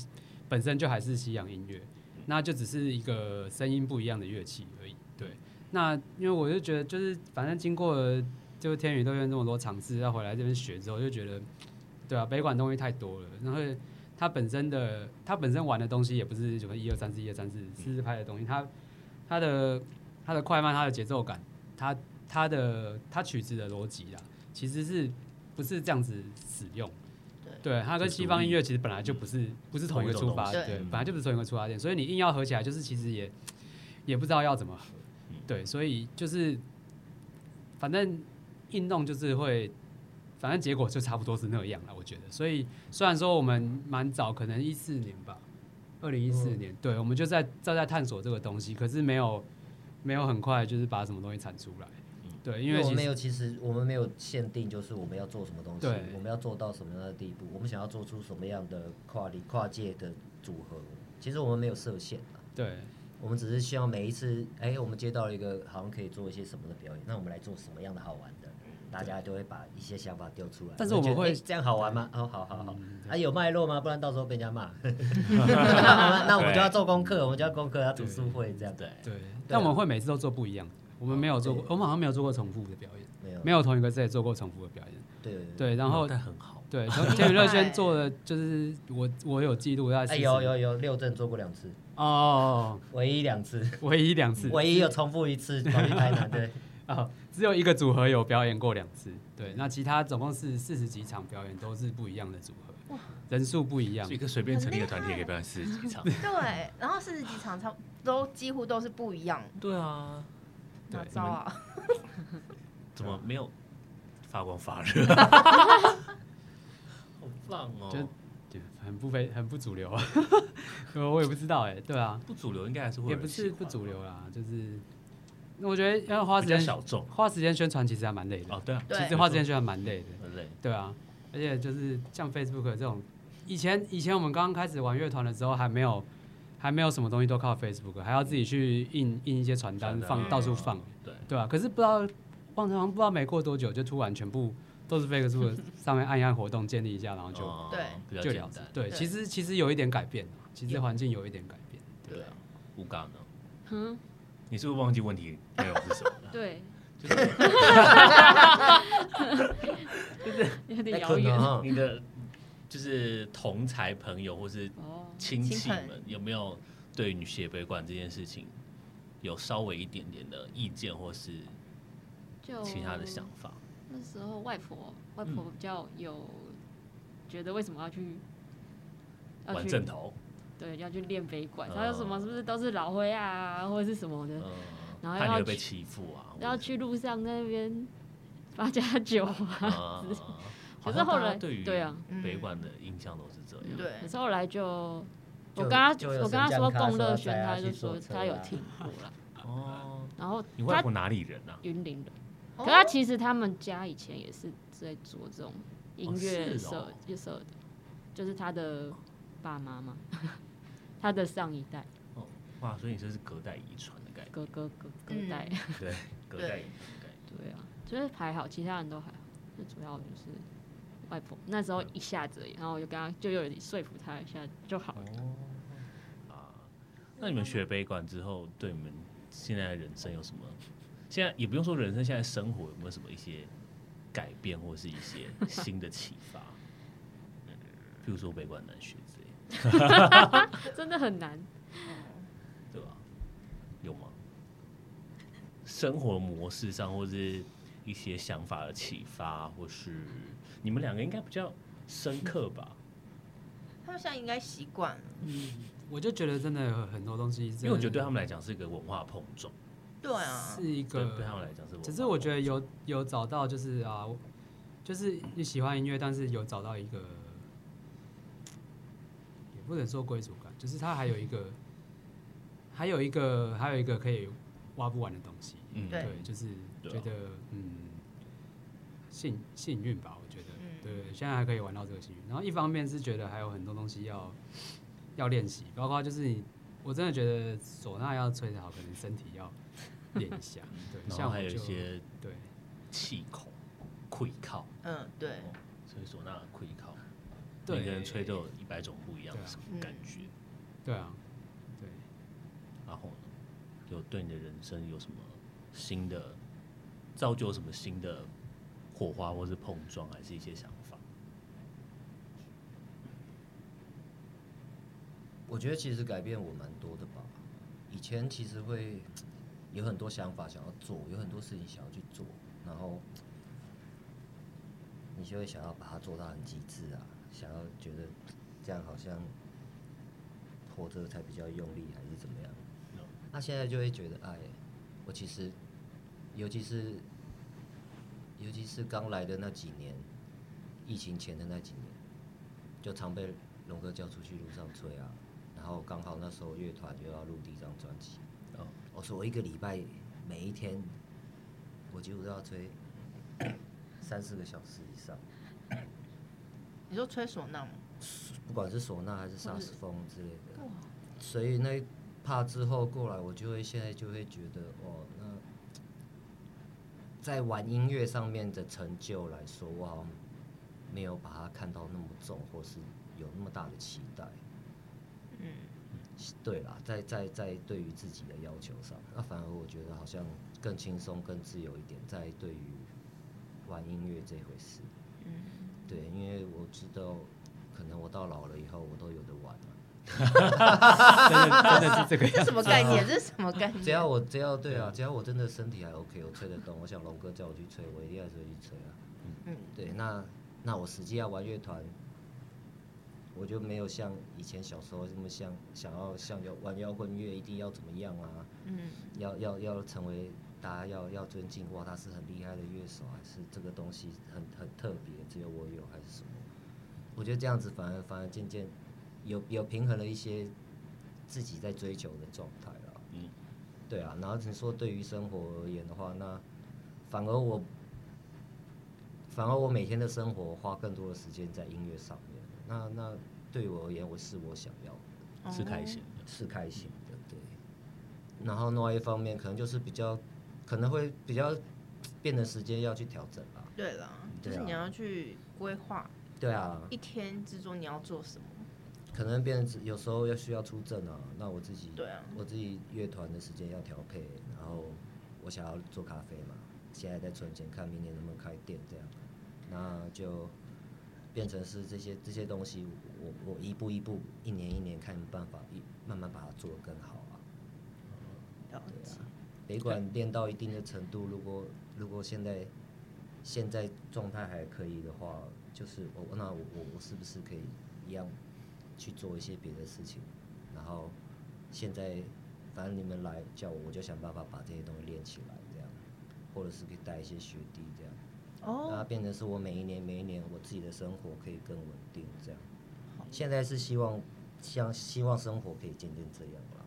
Speaker 8: 本身就还是西洋音乐，那就只是一个声音不一样的乐器而已，对。那因为我就觉得，就是反正经过了就是天宇乐园这么多尝试，要回来这边学之后，就觉得，对啊，北管东西太多了，然后它本身的它本身玩的东西也不是什么一二三四一二三四四四拍的东西，它它的它的快慢、它的节奏感、它它的它曲子的逻辑啊，其实是不是这样子使用？对，它跟西方音乐其实本来就不是不是同一个嗯出发
Speaker 1: 同一种东
Speaker 8: 点，
Speaker 1: 西
Speaker 4: 对，
Speaker 8: 对本来就不是同一个出发点，所以你硬要合起来，就是其实也也不知道要怎么合。对，所以就是反正运动就是会，反正结果就差不多是那样了，我觉得。所以虽然说我们蛮早，可能一四年吧，二零一四年，对，我们就在正在探索这个东西，可是没有没有很快就是把什么东西产出来，对，因为
Speaker 2: 我
Speaker 8: 其
Speaker 2: 们没
Speaker 8: 实
Speaker 2: 有，其实我们没有限定，就是我们要做什么东西
Speaker 8: 对，
Speaker 2: 我们要做到什么样的地步，我们想要做出什么样的跨里跨界的组合，其实我们没有设限啊。
Speaker 8: 对
Speaker 2: 我们只是希望每一次，哎、我们接到了一个好像可以做一些什么的表演，那我们来做什么样的好玩的，大家就会把一些想法丢出来。
Speaker 8: 但是我们
Speaker 2: 觉得
Speaker 8: 会嗯
Speaker 2: 哎这样好玩吗？哦，好好好，啊有脉络吗？不然到时候被人家
Speaker 8: [LAUGHS]
Speaker 2: 骂。 [LAUGHS] 那那我们就要做功课，我们就要功课，要读书会这样。
Speaker 4: 对，
Speaker 8: 对，但我们会每次都做不一样的，我们没有做过
Speaker 2: 啊对，
Speaker 8: 我们好像没有做过重复的表演，
Speaker 2: 没有
Speaker 8: 没有同一个 set 做过重复的表演，
Speaker 2: 对对，
Speaker 8: 对，然后
Speaker 4: 但很好， [LAUGHS]
Speaker 8: 对，从天娱乐圈做的就是我我有记录在，
Speaker 2: 哎有有有，六正做过两次，
Speaker 8: 哦，
Speaker 2: 唯一两次，
Speaker 8: 唯一两次，
Speaker 2: 唯一有重复一次跑去台南，对，
Speaker 8: 啊，只有一个组合有表演过两次，对，那其他总共是四十几场表演都是不一样的组合，人数不一样
Speaker 4: 一，个随便成立的团体也可以表演四 [LAUGHS] 十几场，
Speaker 1: 对，然后四十几场差都几乎都是不一样，
Speaker 4: 对啊，
Speaker 8: 对
Speaker 1: 哪招啊？
Speaker 4: 怎么
Speaker 8: [LAUGHS]
Speaker 4: 没有发光发热？好棒哦！
Speaker 8: 就对很不非很不主流 [LAUGHS] 啊，我也不知道哎、对啊，
Speaker 4: 不主流应该还是会有
Speaker 8: 也
Speaker 4: 人
Speaker 8: 不
Speaker 4: 喜
Speaker 8: 是
Speaker 4: 欢
Speaker 8: 不主
Speaker 4: 吧，
Speaker 8: 流啦，就是我觉得要花时
Speaker 4: 比较
Speaker 8: 间
Speaker 4: 小众
Speaker 8: 花时间宣传其实还蛮累的，
Speaker 4: 哦，对啊，
Speaker 1: 对
Speaker 8: 其实花时间宣传蛮累的，
Speaker 4: 很累，
Speaker 8: 对啊，而且就是像 Facebook 这种，以前以前我们刚刚开始玩乐团的时候，还没有还没有什么东西都靠 Facebook，还要自己去印印一些传单
Speaker 4: 传单嗯
Speaker 8: 放到处放，
Speaker 4: 对，
Speaker 8: 对啊，可是不知道，忘好像不知道没过多久，就突然全部都是 Facebook 上面按一按活动建立一下，然后就、
Speaker 4: 哦
Speaker 1: 对
Speaker 4: 比较
Speaker 8: 就
Speaker 4: 简
Speaker 8: 了之
Speaker 4: 单。。
Speaker 8: 对，
Speaker 1: 对
Speaker 8: 其实其实有一点改变，啊其实
Speaker 1: 有
Speaker 8: 环境有一点改变。
Speaker 4: 对啊，吴刚呢？
Speaker 3: 嗯，
Speaker 4: 你是不是忘记问题内容是什么
Speaker 3: [LAUGHS]
Speaker 4: 了？
Speaker 3: 对，
Speaker 2: [LAUGHS]
Speaker 4: 就是
Speaker 3: 有
Speaker 4: 哎
Speaker 2: 那
Speaker 3: 点遥
Speaker 2: 可能
Speaker 3: 远
Speaker 2: 哈
Speaker 4: 哦你的就是同才朋友或是
Speaker 3: 哦。
Speaker 4: 亲戚
Speaker 1: 亲
Speaker 4: 们有没有对于血杯馆这件事情有稍微一点点的意见或是
Speaker 3: 就
Speaker 4: 其他的想法？
Speaker 3: 那时候外婆，外婆比较有觉得为什么要去要
Speaker 4: 玩
Speaker 3: 去
Speaker 4: 正头，
Speaker 3: 对，要去练北管，
Speaker 2: 哦
Speaker 4: 嗯
Speaker 3: 他说什么是不是都是老灰啊，或者是什么的，
Speaker 4: 嗯，
Speaker 3: 然后
Speaker 4: 怕你
Speaker 3: 要
Speaker 4: 会被
Speaker 3: 去
Speaker 4: 欺负啊，
Speaker 3: 要去路上在那边八加九
Speaker 4: 或者
Speaker 3: 啊。
Speaker 4: 啊。
Speaker 3: [LAUGHS] 之
Speaker 4: 好
Speaker 3: 可是
Speaker 4: 像
Speaker 3: 后
Speaker 4: 大家
Speaker 3: 来
Speaker 4: 对于
Speaker 3: 对啊
Speaker 4: 北馆的印象都是这样，
Speaker 1: 对
Speaker 3: 可是后来就我
Speaker 2: 就
Speaker 3: 跟他
Speaker 2: 就有
Speaker 3: 我跟他
Speaker 2: 神
Speaker 3: 说
Speaker 2: 将咖
Speaker 3: 共乐
Speaker 2: 说
Speaker 3: 轩，
Speaker 2: 带他
Speaker 3: 他就
Speaker 2: 去坐
Speaker 3: 说
Speaker 2: 车
Speaker 3: 他有
Speaker 2: 啊
Speaker 3: 听过了，
Speaker 4: 哦，
Speaker 3: 然后
Speaker 4: 你外
Speaker 3: 他
Speaker 4: 婆哪里人啊？
Speaker 3: 云林的，
Speaker 1: 哦
Speaker 3: 可他其实他们家以前也是在做这种音乐
Speaker 4: 哦是
Speaker 3: 社
Speaker 4: 哦
Speaker 3: 乐社的，就是他的爸妈嘛， [LAUGHS] 他的上一代
Speaker 4: 哦，哇，所以你这是隔代遗传的概念，
Speaker 3: 哥哥哥哥代，
Speaker 4: 对，隔代遗传的概念。
Speaker 3: 对啊，就是还好，其他人都还好，最主要就是外婆那时候一下子而已，然后我就跟他就有点说服他一下就好了。
Speaker 4: 哦，啊，那你们学北管之后，对你们现在的人生有什么？现在也不用说人生，现在生活有没有什么一些改变，或是一些新的启发？ [LAUGHS] 比如说北管难学之类的，哦
Speaker 3: 真的很难。
Speaker 4: 对吧？有吗？生活模式上，或是一些想法的启发，或是你们两个应该比较深刻吧？
Speaker 1: 他们现在应该习惯了，
Speaker 8: 我就觉得真的有很多东西真的，
Speaker 4: 因为我觉得对他们来讲是一个文化碰撞，
Speaker 1: 对啊，
Speaker 8: 是一
Speaker 4: 对
Speaker 8: 个
Speaker 4: 对他们来讲是文化碰撞。
Speaker 8: 只是我觉得有有找到，就是啊，我就是你喜欢音乐，但是有找到一个，也不能说归属感，就是它还有一个，还有一个，还有一个可以挖不完的东西。
Speaker 4: 嗯，
Speaker 1: 对
Speaker 8: 就是
Speaker 4: 对啊
Speaker 8: 觉得、嗯，幸幸运吧，我觉得，
Speaker 1: 嗯
Speaker 8: 对，现在还可以玩到这个幸运。然后一方面是觉得还有很多东西要要练习，包括就是你，我真的觉得唢呐要吹得好，可能身体要练一下，对，
Speaker 4: [LAUGHS] 然
Speaker 8: 像
Speaker 4: 后
Speaker 8: 我
Speaker 4: 还有一
Speaker 8: 就
Speaker 4: 些
Speaker 8: 对，
Speaker 4: 气孔、溃靠，
Speaker 1: 嗯，对，
Speaker 4: 所以唢呐的溃靠，
Speaker 8: 对
Speaker 4: 每个人吹都有一百种不一样的感觉。
Speaker 8: 对啊，对，
Speaker 4: 然后呢，有对你的人生有什么新的，造就什么新的火花，或是碰撞，还是一些想法？
Speaker 2: 我觉得其实改变我蛮多的吧。以前其实会有很多想法想要做，有很多事情想要去做，然后你就会想要把它做到很极致啊，想要觉得这样好像活着才比较用力，还是怎么样
Speaker 4: No？
Speaker 2: 那、现在就会觉得，哎，我其实，尤其是尤其是刚来的那几年，疫情前的那几年，就常被龙哥叫出去路上吹啊，然后刚好那时候乐团又要录第一张专辑，
Speaker 4: 哦，
Speaker 2: 我说我一个礼拜每一天，我几乎都要吹三四个小时以上，
Speaker 1: 你说吹唢呐吗？ [LAUGHS]
Speaker 2: 不管是唢呐还是萨克斯风之类的，所以那一怕之后过来，我就会现在就会觉得哦，那在玩音乐上面的成就来说，我好像没有把它看到那么重，或是有那么大的期待。
Speaker 1: 嗯，
Speaker 2: 对啦，在在在对于自己的要求上，那反而我觉得好像更轻松、更自由一点，在对于玩音乐这回事。嗯，对，因为我知道，可能我到老了以后，我都有的玩了。
Speaker 8: 真的真的是这个样
Speaker 1: 这什么概念？这是什么概念？
Speaker 2: 只要我只要对啊，只要我真的身体还 OK，我吹得动，我想龙哥叫我去吹，我一定要吹去吹啊。
Speaker 1: 嗯，
Speaker 2: 对，那那我实际要玩乐团，我就没有像以前小时候那么像想要像要玩摇滚乐一定要怎么样啊。
Speaker 1: 嗯，
Speaker 2: 要要要成为大家要要尊敬哇，他啊是很厉害的乐手，还是这个东西很很特别，只有我有，还是什么？我觉得这样子反而反而渐渐有有平衡了一些自己在追求的状态了。
Speaker 4: 嗯，
Speaker 2: 对啊。然后你说对于生活而言的话，那反而我反而我每天的生活花更多的时间在音乐上面。那那对我而言，我是我想要的
Speaker 1: 哦
Speaker 8: 哦
Speaker 4: 是开心的。
Speaker 2: 是开心的，对。然后另外一方面，可能就是比较，可能会比较变得时间要去调整吧。
Speaker 1: 对了，就
Speaker 2: 对
Speaker 1: 是
Speaker 2: 啊
Speaker 1: 你要去规划
Speaker 2: 对啊，
Speaker 1: 一天之中你要做什么。
Speaker 2: 可能变成有时候要需要出阵啊，那我自己
Speaker 1: 对啊
Speaker 2: 我自己乐团的时间要调配，然后我想要做咖啡嘛，现在在存钱，看明年能不能开店这样，那就变成是这些这些东西，我我一步一步，一年一年看办法，一慢慢把它做得更好啊。
Speaker 1: 了
Speaker 2: 对
Speaker 1: 解
Speaker 2: 啊，北管练到一定的程度，如果如果现在现在状态还可以的话，就是我那我我我是不是可以一样去做一些别的事情？然后现在反正你们来叫我，我就想办法把这些东西练起来，这样，或者是可以带一些学弟这样，让它
Speaker 1: 哦，
Speaker 2: 变成是我每一年每一年我自己的生活可以更稳定这样。现在是希望像希望生活可以渐渐这样了，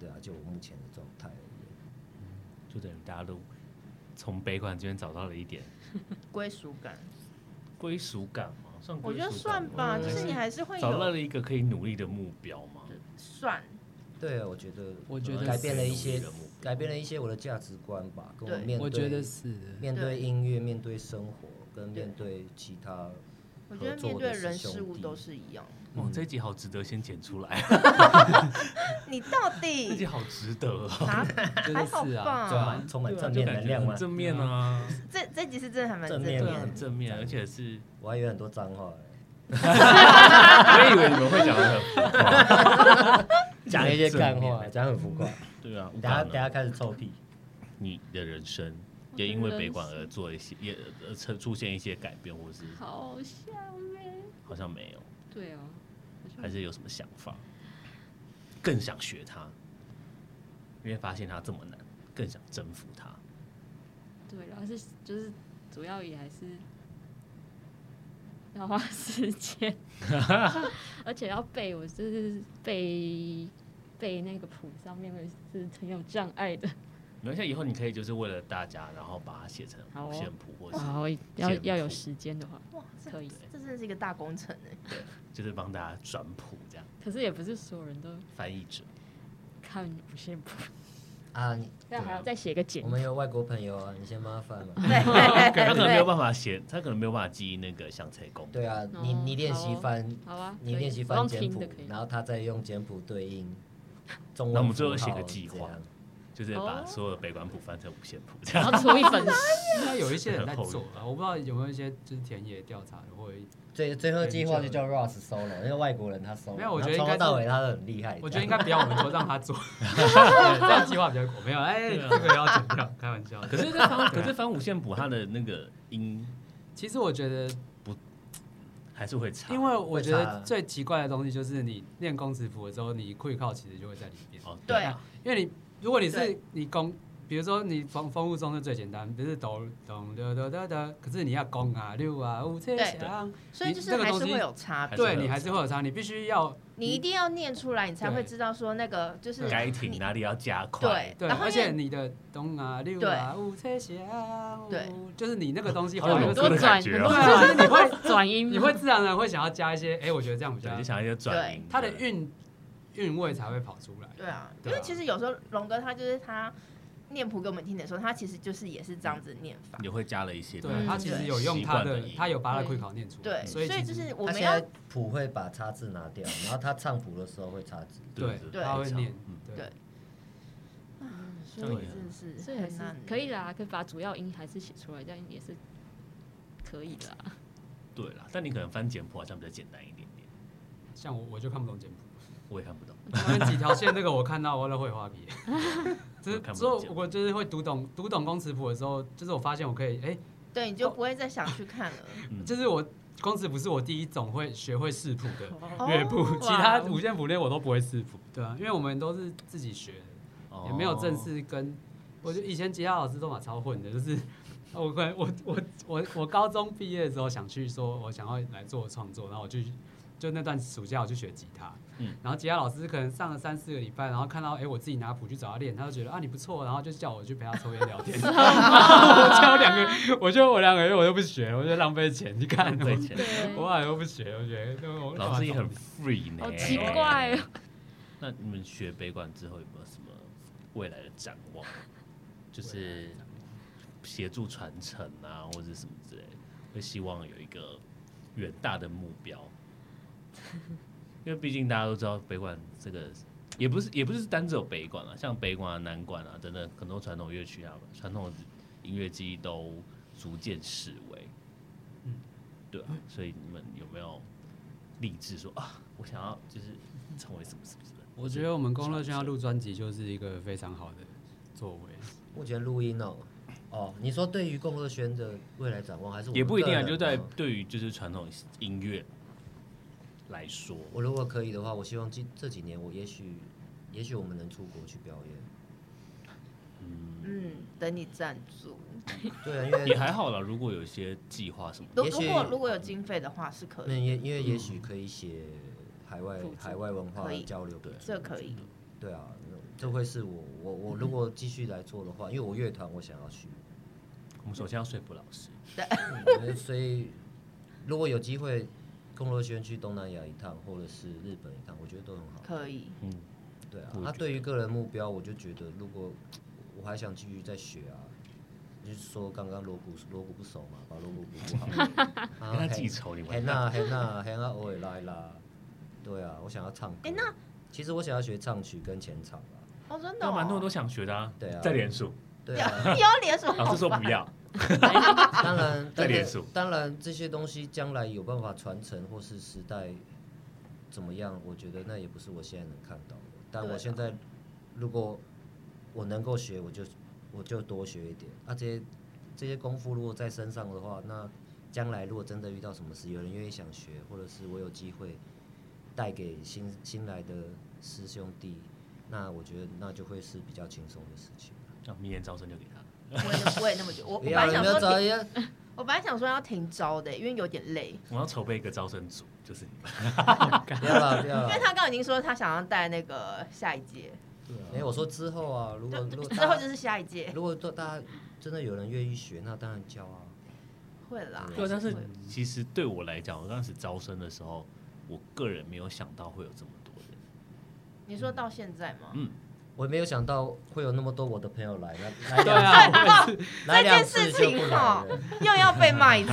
Speaker 2: 对啊，就我目前的状态而言。
Speaker 4: 就等于大家都从北管这边找到了一点
Speaker 1: 归属感，
Speaker 4: 归属感嘛，算
Speaker 1: 我
Speaker 4: 归属
Speaker 1: 觉
Speaker 4: 感
Speaker 1: 得算吧，
Speaker 4: 吗
Speaker 1: 就是你还是会
Speaker 4: 找到
Speaker 1: 有
Speaker 4: 了一个可以努力的目标嘛，
Speaker 1: 算，
Speaker 2: 对，啊我觉得
Speaker 8: 我觉得
Speaker 2: 改变了一
Speaker 4: 努
Speaker 2: 些
Speaker 4: 力的目标
Speaker 2: 改变了一些我的价值观吧，跟我
Speaker 1: 嗯对
Speaker 2: 面对
Speaker 8: 我觉得是
Speaker 1: [LAUGHS]
Speaker 2: 面
Speaker 1: 对
Speaker 2: 对音乐、面对生活跟
Speaker 1: 对
Speaker 2: 面对其他，
Speaker 1: 我觉得
Speaker 2: 合作
Speaker 1: 面对
Speaker 2: 的是
Speaker 1: 人
Speaker 2: 兄
Speaker 1: 事物
Speaker 2: 弟
Speaker 1: 都是一样。
Speaker 4: 哇，
Speaker 2: 嗯
Speaker 4: 哦这一集好值得先剪出来，
Speaker 2: [LAUGHS]
Speaker 1: 你到
Speaker 4: [LAUGHS] 这一集
Speaker 1: 底
Speaker 4: 好值得哦，
Speaker 1: 哪？
Speaker 8: 真
Speaker 1: 还
Speaker 8: 的
Speaker 1: 好
Speaker 8: 是啊，
Speaker 2: 充
Speaker 1: 吧
Speaker 2: 满，充满
Speaker 4: 对啊
Speaker 2: 正
Speaker 4: 就
Speaker 2: 面
Speaker 4: 感
Speaker 2: 能
Speaker 4: 觉
Speaker 2: 量
Speaker 4: 很
Speaker 2: 嘛。
Speaker 4: 正面啊，
Speaker 1: 这这集是真的还蛮
Speaker 2: 正
Speaker 1: 正
Speaker 2: 面
Speaker 1: 面
Speaker 4: 对啊，
Speaker 1: 的
Speaker 4: [LAUGHS] 很，正面，而且是
Speaker 2: [LAUGHS] 我还以为很多脏话欸，
Speaker 4: 我以为你们会讲的很浮夸，
Speaker 2: 讲一些干
Speaker 4: 正
Speaker 2: 话，
Speaker 4: 面
Speaker 2: 讲很浮夸。
Speaker 4: 对啊，
Speaker 2: 等下等下开始臭屁，
Speaker 4: 你的人生
Speaker 3: 我
Speaker 4: 也因为
Speaker 3: 的人
Speaker 4: 北管而
Speaker 3: 生
Speaker 4: 做一些，也呃出出现一些改变，或是
Speaker 3: 好像没。
Speaker 4: 好像没有，
Speaker 3: 对哦，好像
Speaker 4: 还是有什么想法，更想学它，因为发现它这么难，更想征服它。
Speaker 3: 对，然后是就是主要也还是要花
Speaker 4: [LAUGHS]
Speaker 3: 时间，而且要背，我就是背背那个谱上面我是很有障碍的。
Speaker 4: 没关系，以后你可以就是为了大家，然后把它写成
Speaker 3: 好哦
Speaker 4: 线谱，或是
Speaker 3: 然后要
Speaker 4: 谱
Speaker 3: 要有时间的话，
Speaker 1: 哇，这
Speaker 3: 可以
Speaker 1: 这真的是一个大工程哎。
Speaker 4: 就是帮大家转谱这样，
Speaker 3: 可是也不是所有人都
Speaker 4: 翻译者。
Speaker 3: 看五线谱，
Speaker 2: 啊！你
Speaker 3: 那还要再写个简
Speaker 2: 我。们有外国朋友啊，你先麻烦嘛。
Speaker 3: 哎
Speaker 4: 他可能没有
Speaker 1: 对，
Speaker 4: 办法写，他可能没有办法记忆那个相册功。
Speaker 2: 对啊，你
Speaker 3: 哦
Speaker 2: 你练习
Speaker 3: 好哦
Speaker 2: 翻，
Speaker 3: 好啊，
Speaker 2: 你
Speaker 3: 可以
Speaker 2: 练习
Speaker 3: 我
Speaker 2: 翻
Speaker 3: 用
Speaker 2: 简
Speaker 3: 听
Speaker 2: 谱
Speaker 3: 的可以，
Speaker 2: 然。后他再用简谱对
Speaker 4: [LAUGHS]
Speaker 2: 应中文符号。
Speaker 4: 那我们最后写个计划
Speaker 2: 这样
Speaker 4: 就是把所有的北管谱翻成五线谱这
Speaker 3: 然
Speaker 4: 样。
Speaker 3: 后出一本书，
Speaker 8: 应该有一些人在做
Speaker 4: [LAUGHS]
Speaker 8: 啊，我不知道有没有一些就是田野调查的，或者
Speaker 1: [LAUGHS]
Speaker 2: 最最后计划就叫 Ross solo，因为外国人他 solo，
Speaker 8: 没有我觉得
Speaker 2: 然后从头
Speaker 8: 应该是
Speaker 2: 到尾他都很厉害。
Speaker 1: 哎
Speaker 8: 我觉得应
Speaker 2: 这样
Speaker 8: 该不要我们做，让
Speaker 1: [LAUGHS]
Speaker 8: 他做， [LAUGHS] 对这样计划比较我没有哎，
Speaker 4: 对啊
Speaker 8: 这个要剪掉，开玩笑。
Speaker 4: 可
Speaker 8: [LAUGHS]
Speaker 4: 是这翻，可是翻五线谱，它的那个音
Speaker 8: 其实我觉得，
Speaker 4: 还是会差。
Speaker 8: 因为我觉
Speaker 2: 会差
Speaker 8: 得最奇怪的东西就是你练公子谱的时候，你会靠其实就会在里面。
Speaker 4: 哦，
Speaker 1: 对
Speaker 4: 啊，
Speaker 1: 啊，
Speaker 8: 因为你如果你是
Speaker 1: 对
Speaker 8: 你攻，比如说你风风物中就最简单，不是抖咚哒哒哒哒，可是你要攻啊六啊五车
Speaker 1: 对
Speaker 8: 响，
Speaker 1: 所以就
Speaker 8: 这
Speaker 1: 是
Speaker 8: 个
Speaker 1: 还
Speaker 8: 东
Speaker 1: 是
Speaker 8: 西
Speaker 1: 会有差别。
Speaker 8: 对你还是会有差，你必须要
Speaker 1: 你一定要念出来，你才会
Speaker 8: 对
Speaker 1: 知道说那个就是啊
Speaker 4: 该
Speaker 1: 你
Speaker 4: 停哪里要加快
Speaker 1: 对。
Speaker 8: 对，
Speaker 1: 然后
Speaker 8: 而
Speaker 1: 因为
Speaker 8: 且你的咚啊六啊五车响，
Speaker 1: 对
Speaker 8: 五，就是你那个东西
Speaker 4: 好
Speaker 8: 好
Speaker 4: 有融
Speaker 3: 很
Speaker 8: 像就
Speaker 4: 资
Speaker 3: 多
Speaker 4: 的
Speaker 8: 是
Speaker 4: 感
Speaker 3: 转，
Speaker 4: 觉
Speaker 3: 很
Speaker 4: 哦
Speaker 3: 多转，你会转音，啊
Speaker 8: 你会自然而然会想要加一些，哎，我觉得这样比较
Speaker 4: 对，就，想要一些转音。
Speaker 8: 它的韵韵味才会跑出来。
Speaker 1: 对啊，因
Speaker 8: 对啊
Speaker 1: 为其实有时候龙哥他就是他念谱给我们听的时候，他其实就是也是这样子念法。
Speaker 4: 也会加了一些
Speaker 8: 对
Speaker 1: 嗯，
Speaker 8: 他其实有用他
Speaker 4: 习惯
Speaker 8: 的
Speaker 4: 的音，
Speaker 8: 他有把他会考念出来，
Speaker 1: 对，所以
Speaker 8: 其实
Speaker 1: 就是我
Speaker 2: 他
Speaker 1: 们
Speaker 2: 现
Speaker 1: 要
Speaker 2: 在谱会把叉字拿掉，然后他唱谱的时候会叉字。
Speaker 8: 对
Speaker 1: 对
Speaker 8: 他会念，
Speaker 4: 嗯
Speaker 8: 对
Speaker 1: 对
Speaker 4: 这样也
Speaker 1: 真的是
Speaker 3: 所以还
Speaker 1: 很
Speaker 3: 是
Speaker 1: 难
Speaker 3: 可以啦，可以把主要音还是写出来，这样也是可以的啦。
Speaker 4: 对啦，但你可能翻简谱好像比较简单一点点，
Speaker 8: 像我我就看不懂
Speaker 1: [LAUGHS]
Speaker 8: 简谱。
Speaker 4: 我也看不懂。
Speaker 8: 他们几条线那个我看到我都会
Speaker 1: [LAUGHS]
Speaker 8: 画皮，就
Speaker 4: 我看
Speaker 8: 是
Speaker 4: 不
Speaker 8: 之后
Speaker 4: 见
Speaker 8: 我就是会读懂读懂公词谱的时候，就是我发现我可以，哎、
Speaker 1: 对，你就不会再想去看了。
Speaker 4: 嗯
Speaker 8: 就是我公词谱是我第一种会学会视谱的
Speaker 1: 哦
Speaker 8: 乐谱，
Speaker 1: 哇
Speaker 8: 其他五线谱类我都不会视谱，对啊，因为我们都是自己学的，也没有正式跟我觉得以前吉他老师都蛮超混的，就是我快我我我我高中毕业的时候想去说，我想要来做创作，然后我去就那段暑假我去学吉他，
Speaker 4: 嗯
Speaker 8: 然后吉他老师可能上了三四个礼拜，然后看到哎、我自己拿谱去找他练，他就觉得啊你不错，然后就叫我去陪他抽烟聊
Speaker 1: [LAUGHS]
Speaker 8: 天，然后我教两个，我就我两个月我又不学，我就浪费钱，你看 [LAUGHS]
Speaker 4: 浪
Speaker 8: 我
Speaker 4: 费钱。
Speaker 3: 对，
Speaker 8: 我还又不学，我觉得我
Speaker 4: 哦老师也很 free 呢，
Speaker 3: 好奇怪哦。
Speaker 4: 那你们学北管之后有没有什么未来的展望？就是协助传承啊，或者什么之类的，会希望有一个远大的目标。因为毕竟大家都知道北管这个，也不是也不是单只有北管啊，像北管啊、南管啊等等很多传统乐曲啊、传统的音乐记忆都逐渐式微。
Speaker 8: 嗯
Speaker 4: 对啊，所以你们有没有立志说啊，我想要就是成为什么什么什么？
Speaker 8: 我觉得我们公乐圈要录专辑就是一个非常好的
Speaker 4: [LAUGHS]
Speaker 8: 作为。
Speaker 2: 目前录音哦，哦，你说对于共乐轩的未来展望还是我
Speaker 4: 也
Speaker 2: 们嗯
Speaker 4: 不一定
Speaker 2: 个
Speaker 4: 啊，
Speaker 2: 人哦
Speaker 4: 就在
Speaker 2: 吗
Speaker 4: 对于就是传统音乐来说，
Speaker 2: 我如果可以的话，我希望这这几年我也许，也许我们能出国去表演。
Speaker 1: 嗯，等你赞助。
Speaker 2: 对啊，因为
Speaker 4: 也还好啦。如果有一些计划什么的，
Speaker 1: 如
Speaker 2: 也
Speaker 1: 如
Speaker 2: 许
Speaker 1: 果如果有经费的话是可
Speaker 2: 那
Speaker 1: 以，
Speaker 2: 也因为也许可以写海外
Speaker 1: 辅助
Speaker 2: 海外文化
Speaker 1: 嗯可以
Speaker 2: 交流，对
Speaker 1: 这可以。
Speaker 2: 对啊，这会是我我我如果继续来做的话，因为我乐团我想要去，
Speaker 4: 我们首先要说服老师，
Speaker 2: 嗯所以如果有机会，龚若轩去东南亚一趟，或者是日本一趟，我觉得都很好。
Speaker 1: 可以，
Speaker 4: 嗯，
Speaker 2: 对啊
Speaker 4: 我，也
Speaker 2: 他
Speaker 4: 觉
Speaker 2: 对于个人目标，我就觉得如果我还想继续再学啊，就是说刚刚锣鼓锣鼓不熟嘛，把锣鼓补
Speaker 4: [LAUGHS]
Speaker 2: 好啊
Speaker 4: 跟他记仇，
Speaker 2: [LAUGHS]
Speaker 4: 你
Speaker 2: 嘿
Speaker 4: 们
Speaker 2: 娜嘿娜嘿娜偶尔拉一拉，对啊，我想要唱歌。
Speaker 1: 哎那
Speaker 2: 其实我想要学唱曲跟前场啊，
Speaker 1: 哦，真的
Speaker 4: 那
Speaker 1: 哦，
Speaker 4: 蛮多
Speaker 1: [LAUGHS]
Speaker 4: 人都想学的啊，
Speaker 2: 对啊
Speaker 4: 在连
Speaker 2: [LAUGHS]
Speaker 4: 署，
Speaker 2: 对
Speaker 1: 有
Speaker 2: 啊，
Speaker 1: 有脸什么
Speaker 4: [LAUGHS]
Speaker 1: 好
Speaker 4: 老师说
Speaker 1: 办
Speaker 4: 不要，
Speaker 2: 当然，
Speaker 4: 再
Speaker 2: 当
Speaker 4: 连
Speaker 2: 然
Speaker 4: 署，
Speaker 2: 当然这些东西将来有办法传承，或是时代怎么样，我觉得那也不是我现在能看到的。但
Speaker 1: 对
Speaker 2: 我
Speaker 1: 啊
Speaker 2: 现在如果我能够学，我就我就多学一点。啊，这些这些功夫如果在身上的话，那将来如果真的遇到什么事，有人愿意想学，或者是我有机会带给新新来的师兄弟，那我觉得那就会是比较轻松的事情。
Speaker 4: 那明年招生就给他。
Speaker 1: 我也我也那么觉得，我我
Speaker 2: 不
Speaker 1: 本
Speaker 2: 要
Speaker 1: 来
Speaker 2: 了，
Speaker 1: 想
Speaker 2: 不要
Speaker 1: 说
Speaker 2: 找
Speaker 1: 停，
Speaker 2: 一个
Speaker 1: 我本来想说要停招的，因为有点累，
Speaker 4: 我要筹备一个招生组，就是你们。
Speaker 2: 不要了，不
Speaker 1: 因
Speaker 2: 要了
Speaker 1: 为。他刚刚已经说他想要带那个下一届，
Speaker 2: 没有，我说之后啊，如果
Speaker 1: 就
Speaker 2: 如果
Speaker 1: 之后
Speaker 2: 大
Speaker 1: 就是下一届
Speaker 2: 如果都大家真的有人愿意学，那当然教啊。
Speaker 1: 会啦，
Speaker 4: 对，但是
Speaker 1: 会
Speaker 4: 其实对我来讲，我当时招生的时候，我个人没有想到会有这么多人。
Speaker 1: 你说到现在吗？
Speaker 4: 嗯，
Speaker 2: 我没有想到会有那么多我的朋友来，来来
Speaker 8: 对
Speaker 2: 两
Speaker 8: 啊，我也是
Speaker 2: 来两
Speaker 1: 这
Speaker 2: 次
Speaker 1: 件事
Speaker 2: 就
Speaker 1: 情哦
Speaker 2: 不来
Speaker 1: 哈
Speaker 2: 了。
Speaker 1: 又要被骂
Speaker 4: [LAUGHS]
Speaker 1: 一次，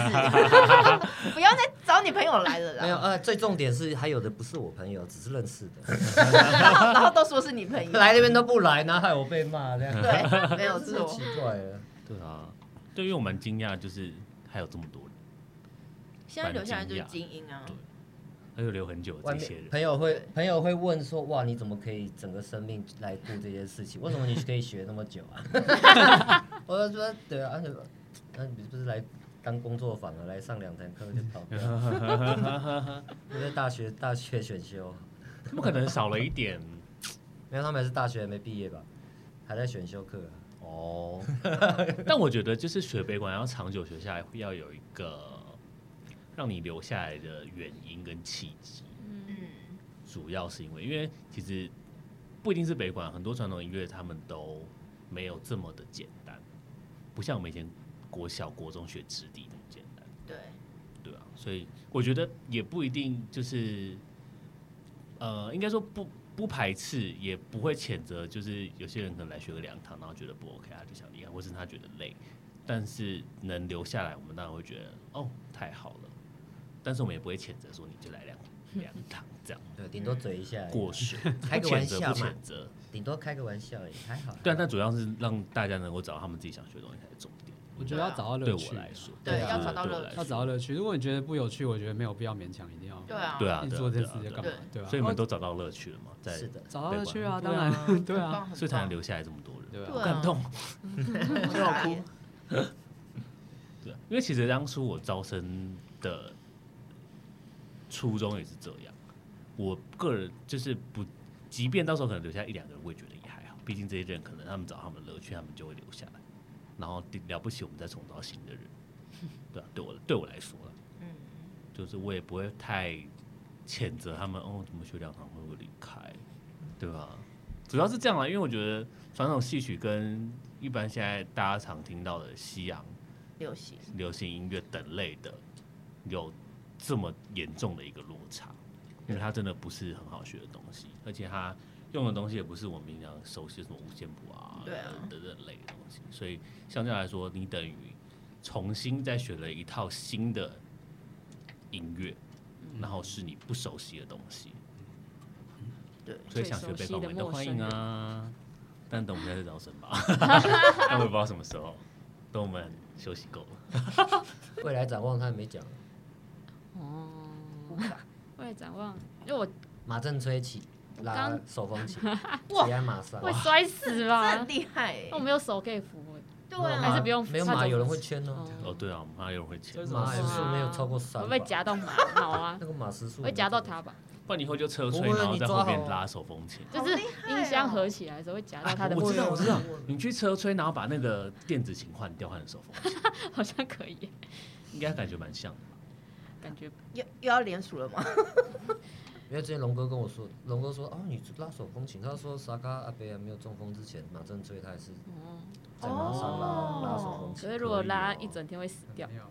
Speaker 1: 不要再找你朋友来了
Speaker 2: 没有，
Speaker 1: 啦。
Speaker 2: 呃，最重点是还有的不是我朋友，只是认识
Speaker 1: 哎
Speaker 2: 的，
Speaker 1: 然后然后都说是你朋友，
Speaker 2: [LAUGHS] 来这边都不来，然后害我被骂这样。
Speaker 1: 对，没有
Speaker 2: [LAUGHS] 真的
Speaker 1: 错，
Speaker 4: [LAUGHS]
Speaker 2: 奇怪了。
Speaker 4: 对啊，对，因为我蛮惊讶，就是还有这么多人，
Speaker 1: 现在留下来就是精英啊，
Speaker 4: 还有留很久的
Speaker 2: 外
Speaker 4: 哦这些
Speaker 2: 面
Speaker 4: 人。
Speaker 2: 朋友会朋友会问说，哇，你怎么可以整个生命来顾这些事情？为 [LAUGHS] 什么你可以学那么久啊？ [LAUGHS] 我就说，对啊，而且那你不是来当工作坊的，啊来上两堂课就跑掉 [LAUGHS] 了？因为大学大学选修，
Speaker 4: 他们可能少了一点
Speaker 2: 没有，他们还是大学还没毕业吧，还在选修课、啊。
Speaker 4: 哦，但我觉得就是学北管要长久学下来，会要有一个让你留下来的原因跟契机。
Speaker 1: 嗯，
Speaker 4: 主要是因为，因为其实不一定是北管，很多传统音乐他们都没有这么的简单，不像我们以前国小、国中学直笛那么简单，
Speaker 1: 对，
Speaker 4: 对啊，所以我觉得也不一定就是，呃，应该说不不排斥，也不会谴责，就是有些人可能来学个两堂，然后觉得不 OK，他就想离开，或是他觉得累，但是能留下来，我们当然会觉得哦太好了，但是我们也不会谴责说你就来两两堂这样。
Speaker 2: 对，顶多嘴一下而已，
Speaker 4: 过水，
Speaker 2: 哎开个
Speaker 4: 不谴
Speaker 2: 玩
Speaker 4: 责
Speaker 2: 笑
Speaker 4: 不
Speaker 2: 嘛
Speaker 4: 谴责。
Speaker 2: 顶多开个玩笑而已，还好。
Speaker 4: 对啊，但主要是让大家能够找到他们自己想学的东西才是重点。
Speaker 8: 我觉得要找到
Speaker 4: 对
Speaker 8: 乐趣
Speaker 4: 我，来说，
Speaker 1: 对
Speaker 4: 啊
Speaker 1: 要找到
Speaker 4: 对我
Speaker 1: 乐
Speaker 4: 来
Speaker 1: 趣
Speaker 8: 要
Speaker 4: 说
Speaker 8: 找到乐趣。如果你觉得不有趣，我觉得没有必要勉强一定要
Speaker 1: 对啊，
Speaker 4: 对啊，
Speaker 8: 一
Speaker 4: 对
Speaker 8: 直
Speaker 4: 啊
Speaker 8: 做这
Speaker 4: 对啊
Speaker 8: 件事情
Speaker 4: 对啊
Speaker 8: 干嘛？对吧？
Speaker 4: 所以你们都找到乐趣了嘛？在
Speaker 2: 是，的，
Speaker 8: 找到乐趣啊，
Speaker 4: 对
Speaker 8: 当
Speaker 4: 啊
Speaker 8: 然对
Speaker 1: 很
Speaker 8: 啊，
Speaker 1: 棒，
Speaker 4: 所以才能留下来这么多人。
Speaker 8: 对啊
Speaker 1: 对。啊
Speaker 4: 感动。
Speaker 1: 很棒，好哭，
Speaker 4: 对啊，因为其实当初我招生的初衷也是这样，我个人就是不，即便到时候可能留下一两个人，我也觉得也还好。毕竟这些人可能他们找他们的乐趣，他们就会留下来，然后了不起我们再重找新
Speaker 1: [LAUGHS]
Speaker 4: 的人，对啊，对我对我来说啦，
Speaker 1: 嗯，
Speaker 4: 就是我也不会太谴责他们哦，怎么学两堂会不会离开，对吧？主要是这样啦，因为我觉得传统戏曲跟一般现在大家常听到的西洋
Speaker 1: 流行，
Speaker 4: 流行音乐等类的有这么严重的一个落差，因为它真的不是很好学的东西，而且它用的东西也不是我们平常熟悉的什么五线谱啊
Speaker 1: 对啊
Speaker 4: 等等等类的东西，所以相对来说，你等于重新再学了一套新的音乐，
Speaker 3: 嗯
Speaker 4: 然后是你不熟悉的东西，
Speaker 1: 对，
Speaker 4: 所以想学
Speaker 3: 最
Speaker 4: 北
Speaker 3: 熟
Speaker 4: 方
Speaker 3: 悉的
Speaker 4: 文都
Speaker 3: 陌
Speaker 4: 欢
Speaker 3: 生
Speaker 4: 迎
Speaker 3: 人
Speaker 4: 啊，但等我们再去招生
Speaker 3: [LAUGHS]
Speaker 4: 吧，但我也不知道什么时候，等我们休息够了。
Speaker 2: 未来展望他还没讲，
Speaker 3: 哦，未来展望，因为我
Speaker 2: 马正吹起，拉
Speaker 3: 刚
Speaker 2: 手风琴，
Speaker 1: 哇
Speaker 2: 骑在马上
Speaker 3: 会。摔死
Speaker 1: 这
Speaker 3: 吧
Speaker 1: 很？厉害欸
Speaker 3: 那我，没有手可以扶欸，
Speaker 1: 对
Speaker 2: 没有
Speaker 1: 啊，
Speaker 2: 马
Speaker 3: 还是不用
Speaker 2: 没有
Speaker 3: 插
Speaker 2: 马，
Speaker 3: 走
Speaker 2: 有人会圈哦。
Speaker 4: 哦，
Speaker 3: 哦，
Speaker 4: 对啊，我们还有人会签
Speaker 8: 这，是
Speaker 2: 马时速没有超过三
Speaker 3: 我
Speaker 2: 吧，
Speaker 3: 被夹到马毛啊
Speaker 2: [LAUGHS] 那，个马时速
Speaker 3: 我会夹到它吧？
Speaker 4: 不然你以后就车
Speaker 2: 不
Speaker 4: 吹，
Speaker 2: 会
Speaker 4: 然后
Speaker 2: 你
Speaker 4: 在
Speaker 2: 抓
Speaker 4: 后面
Speaker 2: 好啊
Speaker 4: 拉手风琴。
Speaker 3: 就
Speaker 1: 好
Speaker 3: 是
Speaker 1: 厉害
Speaker 3: 音箱
Speaker 1: 哦
Speaker 3: 合起来的时候会夹到它的
Speaker 4: 我
Speaker 3: 木
Speaker 4: 知道，
Speaker 3: 头
Speaker 4: 我，知道，你去车吹，然后把那个电子琴换掉，换成手风琴， [LAUGHS]
Speaker 3: [LAUGHS] 好像可以欸，
Speaker 4: 应该感觉蛮像的吧。
Speaker 3: 感觉
Speaker 1: 又又要联署了吗？
Speaker 2: 因为之前龙哥跟我说，龙哥说哦，你拉手风琴，他说萨卡阿贝还没有中风之前，马正吹他也是
Speaker 3: 哦，
Speaker 2: 在马上拉、
Speaker 1: 哦
Speaker 2: 拉手风琴
Speaker 3: 所以，如果拉
Speaker 4: 哦
Speaker 3: 一整天会死掉
Speaker 8: 没，有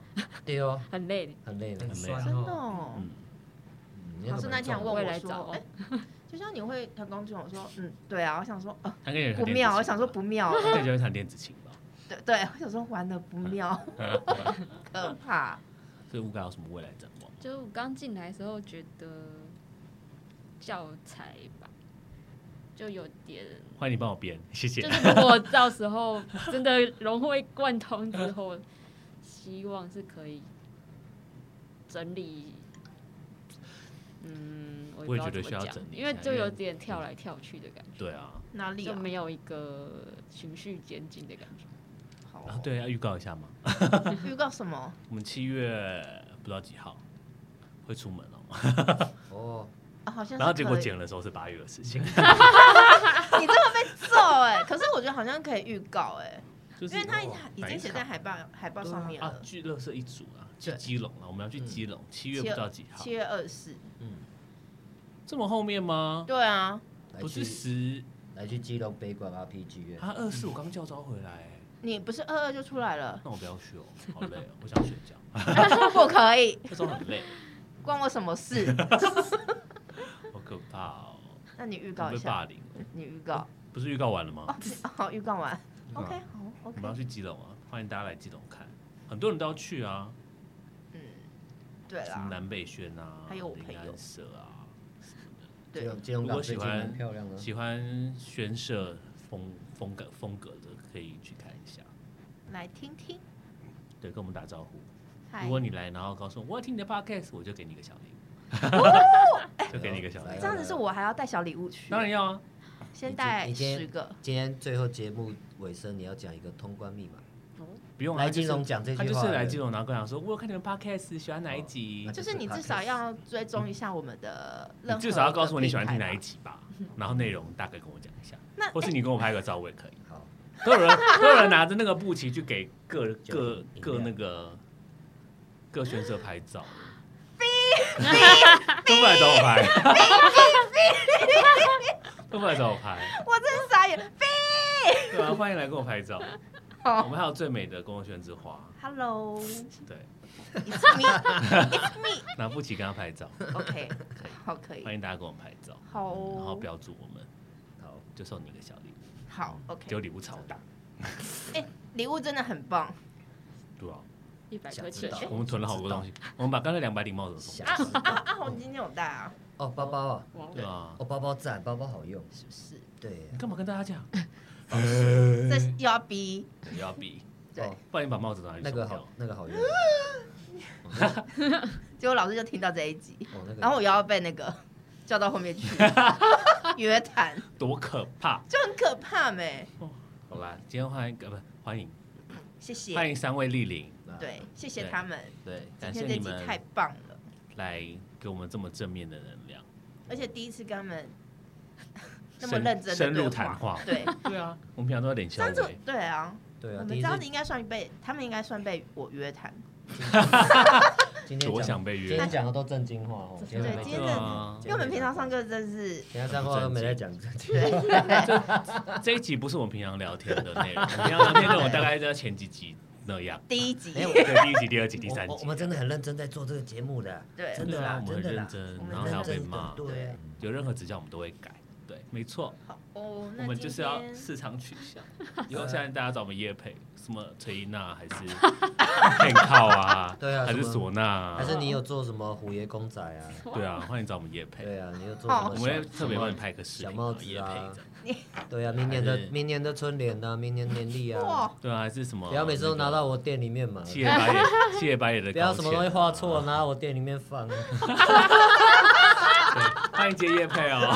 Speaker 2: 对哦，
Speaker 3: 很累的。
Speaker 2: 很累的。
Speaker 3: 嗯
Speaker 8: 很
Speaker 4: 累啊
Speaker 8: 酸
Speaker 1: 真的
Speaker 8: 哦。
Speaker 1: 哦。
Speaker 4: 嗯，
Speaker 2: 嗯
Speaker 1: 老师那天还问
Speaker 3: 未
Speaker 1: 我
Speaker 3: 来展
Speaker 1: 说
Speaker 3: 望：“
Speaker 1: 哎、就像你会弹钢琴？”我说：“嗯，对啊。”我想说：“呃，
Speaker 4: 他跟人
Speaker 1: 不妙。”我想说：“不，妙。
Speaker 4: 他感觉会弹电子琴吧？”
Speaker 1: [LAUGHS] 对对，我想说玩的不妙，
Speaker 4: 嗯
Speaker 1: [LAUGHS] 可怕。
Speaker 4: 所以乌该有什么未来展望？
Speaker 3: 就是我刚进来的时候觉得教材吧，就有
Speaker 4: [LAUGHS]
Speaker 3: 点，
Speaker 4: 欢迎你帮我编，谢谢
Speaker 3: 就。是如果到时候真的融会贯通之后，希望是可以整理。嗯，我也不知道
Speaker 4: 我也觉得
Speaker 3: 怎么
Speaker 4: 需要
Speaker 3: 讲
Speaker 4: 整理一
Speaker 3: 因为
Speaker 4: 下
Speaker 3: 就
Speaker 4: 因为嗯
Speaker 3: 有点跳来跳去的感觉，
Speaker 4: 对啊，
Speaker 1: 哪里
Speaker 3: 就
Speaker 1: 啊？
Speaker 3: 没有一个循序渐进的感觉。
Speaker 1: 好
Speaker 4: 啊对，要预告一下嘛。
Speaker 1: 哦，预告什么？
Speaker 4: 我们七月不知道几号会出门哦，
Speaker 2: 哦，
Speaker 1: 啊、好像是
Speaker 4: 然后结果
Speaker 1: 可以
Speaker 4: 剪的时候是八月的事
Speaker 1: [LAUGHS]
Speaker 4: 情，
Speaker 1: 你真的被揍哎、可是我觉得好像可以预告哎、
Speaker 4: [LAUGHS] 就是
Speaker 1: 因为他
Speaker 4: 哦
Speaker 1: 已经写在海报海报上面
Speaker 4: 啊
Speaker 1: 了，，
Speaker 4: 聚乐社一组啊，去
Speaker 1: 对
Speaker 4: 基隆啊，我们要去基隆，七月
Speaker 1: 七
Speaker 4: 不
Speaker 1: 月
Speaker 4: 知道几号
Speaker 1: 七，月二十四。
Speaker 2: 嗯，
Speaker 4: 这么后面吗？
Speaker 1: 对啊，
Speaker 2: 来
Speaker 4: 不是
Speaker 2: 去
Speaker 4: 十，
Speaker 2: 来去基隆北馆 RPG 耶
Speaker 3: 啊
Speaker 4: 他啊二
Speaker 1: 嗯
Speaker 4: 四我刚叫招回来，，
Speaker 1: 你不是二二就出来了
Speaker 4: [LAUGHS] 那我不要去哦，好累哦， [LAUGHS] 我想睡觉，
Speaker 1: 不可以，
Speaker 4: 那时
Speaker 1: [LAUGHS]
Speaker 4: 候很累，
Speaker 1: 关我什么事？ [LAUGHS]
Speaker 4: 好可怕哦，
Speaker 1: 那你预告
Speaker 4: 我
Speaker 1: 一
Speaker 4: 被
Speaker 1: 下哦
Speaker 4: 霸，凌了，
Speaker 1: 你预
Speaker 4: [LAUGHS]
Speaker 1: 告。
Speaker 4: 不是预告完了吗？
Speaker 1: 好，预告
Speaker 4: [LAUGHS]
Speaker 1: 完。
Speaker 4: 告
Speaker 1: OK，好
Speaker 4: 我们要
Speaker 1: ，OK。
Speaker 4: 去基隆啊，欢迎大家来基隆看，很多人都要去啊，
Speaker 1: 嗯，对
Speaker 4: 什么
Speaker 1: 啦，
Speaker 4: 南北轩啊，
Speaker 1: 还有我朋
Speaker 4: 林
Speaker 1: 友
Speaker 4: 安社啊，
Speaker 2: 基
Speaker 1: 对
Speaker 2: 隆基隆
Speaker 4: 如果
Speaker 2: 港
Speaker 4: 喜
Speaker 2: 最近
Speaker 4: 欢
Speaker 2: 蛮
Speaker 1: 嗯
Speaker 2: 漂亮的，
Speaker 4: 喜欢宣社风风格风格的可以去看一下，
Speaker 1: 来听听。
Speaker 4: 对，跟我们打招呼。
Speaker 1: 嗨
Speaker 4: 如，果你来，然后告诉我我要听你的 podcast，我就给你一个小礼物，
Speaker 1: 哦哎
Speaker 4: [LAUGHS] 就给你一个小礼
Speaker 2: 来
Speaker 4: 物
Speaker 1: 这。样子是我还要带小礼物去，
Speaker 4: 当然要啊，
Speaker 1: 先带
Speaker 2: 你今
Speaker 1: 十个。
Speaker 2: 今天最后节目尾声，你要讲一个通关密码。
Speaker 4: 不用啊
Speaker 2: 来
Speaker 4: 他就是
Speaker 2: 金融讲这句
Speaker 4: 他
Speaker 2: 话的
Speaker 4: 就是来金融，然后跟我讲说，我有看你们 podcast，喜欢哪一集
Speaker 2: 哦？
Speaker 1: 就是你至少要追踪一下我们的任
Speaker 4: 啊你
Speaker 1: 何，
Speaker 4: 至少要告诉我你喜欢听哪一。集
Speaker 1: [LAUGHS]
Speaker 4: 吧，然后内容大概跟我讲一下，
Speaker 1: 那
Speaker 4: 或是你跟我拍个照我也可以。
Speaker 2: 好，
Speaker 4: 都
Speaker 1: [LAUGHS]
Speaker 4: 有人都有人拿着那个布旗去给各各
Speaker 2: 酒饮料
Speaker 4: 各那个各选手拍照。都不来找我拍， [LAUGHS] 都不来找我拍，
Speaker 1: 我真是傻眼。
Speaker 4: 对啊，欢迎来跟我拍照。我
Speaker 1: 好
Speaker 4: 们还有最美的公共圈之花，
Speaker 1: ，Hello，It's
Speaker 4: 对，
Speaker 1: me，It's
Speaker 4: 拿布旗跟他拍照，
Speaker 1: me，OK，好，可以
Speaker 4: 欢，迎大家跟我们拍照，
Speaker 1: 好哦，
Speaker 4: 然后标注我们，
Speaker 3: 啊
Speaker 2: 好，
Speaker 4: 就送你一个小礼物，
Speaker 1: 好
Speaker 4: 结果
Speaker 1: ，OK，
Speaker 4: 礼物超大，
Speaker 1: 哎，礼物真的很棒，
Speaker 4: 对啊，
Speaker 3: 一百颗
Speaker 2: 想知
Speaker 3: 球
Speaker 2: 道，
Speaker 1: 哎
Speaker 4: 我们囤了好多东
Speaker 8: [LAUGHS]
Speaker 4: 西，我们把刚才两百顶帽子都送
Speaker 2: 想
Speaker 4: 掉，
Speaker 2: 知道
Speaker 1: 阿红今天啊有带啊，
Speaker 2: 哦，包包啊，
Speaker 3: 哇
Speaker 4: 对啊
Speaker 2: 哦，，包包赞，包包好用，
Speaker 1: 是不是？
Speaker 2: 对
Speaker 4: 你，干嘛跟大家讲？
Speaker 1: 这是又要逼，
Speaker 4: 不要比，
Speaker 1: 对
Speaker 2: 哦，
Speaker 4: 不然你把帽子拿去
Speaker 2: 那
Speaker 4: 送
Speaker 2: 个
Speaker 4: 掉
Speaker 2: 好，，那个
Speaker 1: [LAUGHS]
Speaker 2: 好用，
Speaker 1: 结果老师就听到这一集，
Speaker 2: 哦，那个，
Speaker 1: 然后我又要被那个 [LAUGHS] 叫到后面
Speaker 4: [LAUGHS]
Speaker 1: 去约谈，
Speaker 4: 多可怕！
Speaker 1: 就很可怕没？
Speaker 4: 好啦，今天欢迎呃不欢迎
Speaker 1: 谢
Speaker 4: 欢
Speaker 1: 谢，
Speaker 4: 迎三位莅临，
Speaker 2: 啊，
Speaker 1: 对，谢谢
Speaker 4: 对
Speaker 1: 他们，
Speaker 4: 对，
Speaker 1: 今
Speaker 4: 感
Speaker 1: 天
Speaker 4: 谢
Speaker 1: 这
Speaker 4: 你
Speaker 1: 集
Speaker 4: 们
Speaker 1: 太棒了。
Speaker 4: 来给我们这么正面的能量，
Speaker 1: 而且第一次跟他们那么
Speaker 4: 深
Speaker 1: 认真的
Speaker 4: 深入
Speaker 1: 对
Speaker 4: 谈话。
Speaker 1: 对，
Speaker 4: 对啊，我们平常都在脸笑
Speaker 1: 张总
Speaker 4: 微，
Speaker 1: 对啊，
Speaker 2: 对
Speaker 1: 我
Speaker 2: 啊，
Speaker 1: 们
Speaker 2: 第
Speaker 1: 这
Speaker 2: 一
Speaker 1: 样
Speaker 2: 次
Speaker 1: 子应该算被他们应该算被我约谈。
Speaker 2: 今天
Speaker 4: 我
Speaker 2: 讲
Speaker 4: 想被
Speaker 2: 今
Speaker 4: 约
Speaker 2: 天。讲的都正经话哦，今天
Speaker 1: 对
Speaker 2: 没
Speaker 1: 今天
Speaker 2: 讲
Speaker 1: 真的
Speaker 4: 啊
Speaker 1: 因为我们平常上课真是
Speaker 2: 平常上课都没在讲
Speaker 1: [LAUGHS]
Speaker 2: 正经话，
Speaker 1: 对，
Speaker 4: 这一集不是我们平常聊天的
Speaker 1: [LAUGHS]
Speaker 4: 内容，我们平常聊天的我大概在前几集那样，
Speaker 1: 第一集
Speaker 2: 没有
Speaker 4: 对，第一集、第二集、第三
Speaker 2: 我我我
Speaker 4: 集。啊
Speaker 2: 们真的很认真在做这个节目的，
Speaker 1: 对
Speaker 2: 真
Speaker 4: 对
Speaker 2: 的
Speaker 4: 啊
Speaker 2: 啦，，
Speaker 4: 我们
Speaker 2: 真
Speaker 4: 很
Speaker 2: 的啦
Speaker 4: 认，真
Speaker 1: 我，们
Speaker 4: 然后还要被
Speaker 2: 认真
Speaker 4: 骂
Speaker 2: 的，对啊，
Speaker 4: 有任何指教我们都会改。对，没错，
Speaker 1: 好哦，
Speaker 4: 我
Speaker 1: 那
Speaker 4: 们
Speaker 1: 今
Speaker 4: 就是要
Speaker 1: 天
Speaker 4: 市场取向。 [LAUGHS] 以后现在大家找我们叶配，什么崔一娜还是健靠啊，
Speaker 2: 对啊
Speaker 4: 还是
Speaker 2: 什么
Speaker 4: 唢呐
Speaker 2: 还
Speaker 4: 啊，
Speaker 2: 是你有做什么虎爷公仔啊？
Speaker 4: 对啊，欢迎找我们叶配，
Speaker 2: 对啊，你有做什么
Speaker 1: 哦
Speaker 4: 我
Speaker 2: 小？
Speaker 4: 们会特
Speaker 2: 什
Speaker 4: 别
Speaker 2: 么
Speaker 4: 帮你拍个视
Speaker 2: 小
Speaker 4: 频
Speaker 2: 帽
Speaker 4: 啊，
Speaker 2: 子
Speaker 4: 叶配
Speaker 2: 啊
Speaker 4: 这样
Speaker 2: 对啊，明年的
Speaker 4: 还是
Speaker 2: 明年的春联啊，明年年历啊
Speaker 1: 哇，，
Speaker 4: 对啊，还是什么？
Speaker 2: 不要每次都拿到我店里面嘛，
Speaker 4: 谢白眼，谢白眼的，
Speaker 2: 不要什么东西画
Speaker 4: 啊
Speaker 2: 错，。拿到我店里面放。啊
Speaker 4: 欢迎接叶配哦。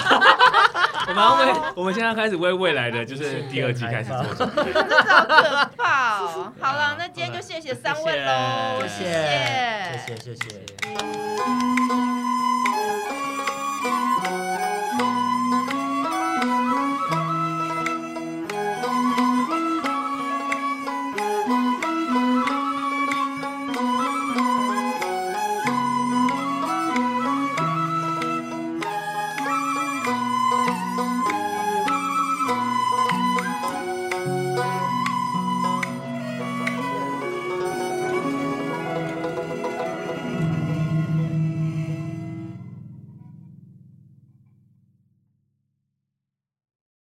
Speaker 4: 我们要为我们现在开始为未来的就是第二季开始做准备。
Speaker 1: 真的好可怕 [LAUGHS] 哦。好了，那今天就谢谢三位喽，
Speaker 2: 谢
Speaker 4: 谢
Speaker 2: 谢谢谢谢谢。
Speaker 1: 谢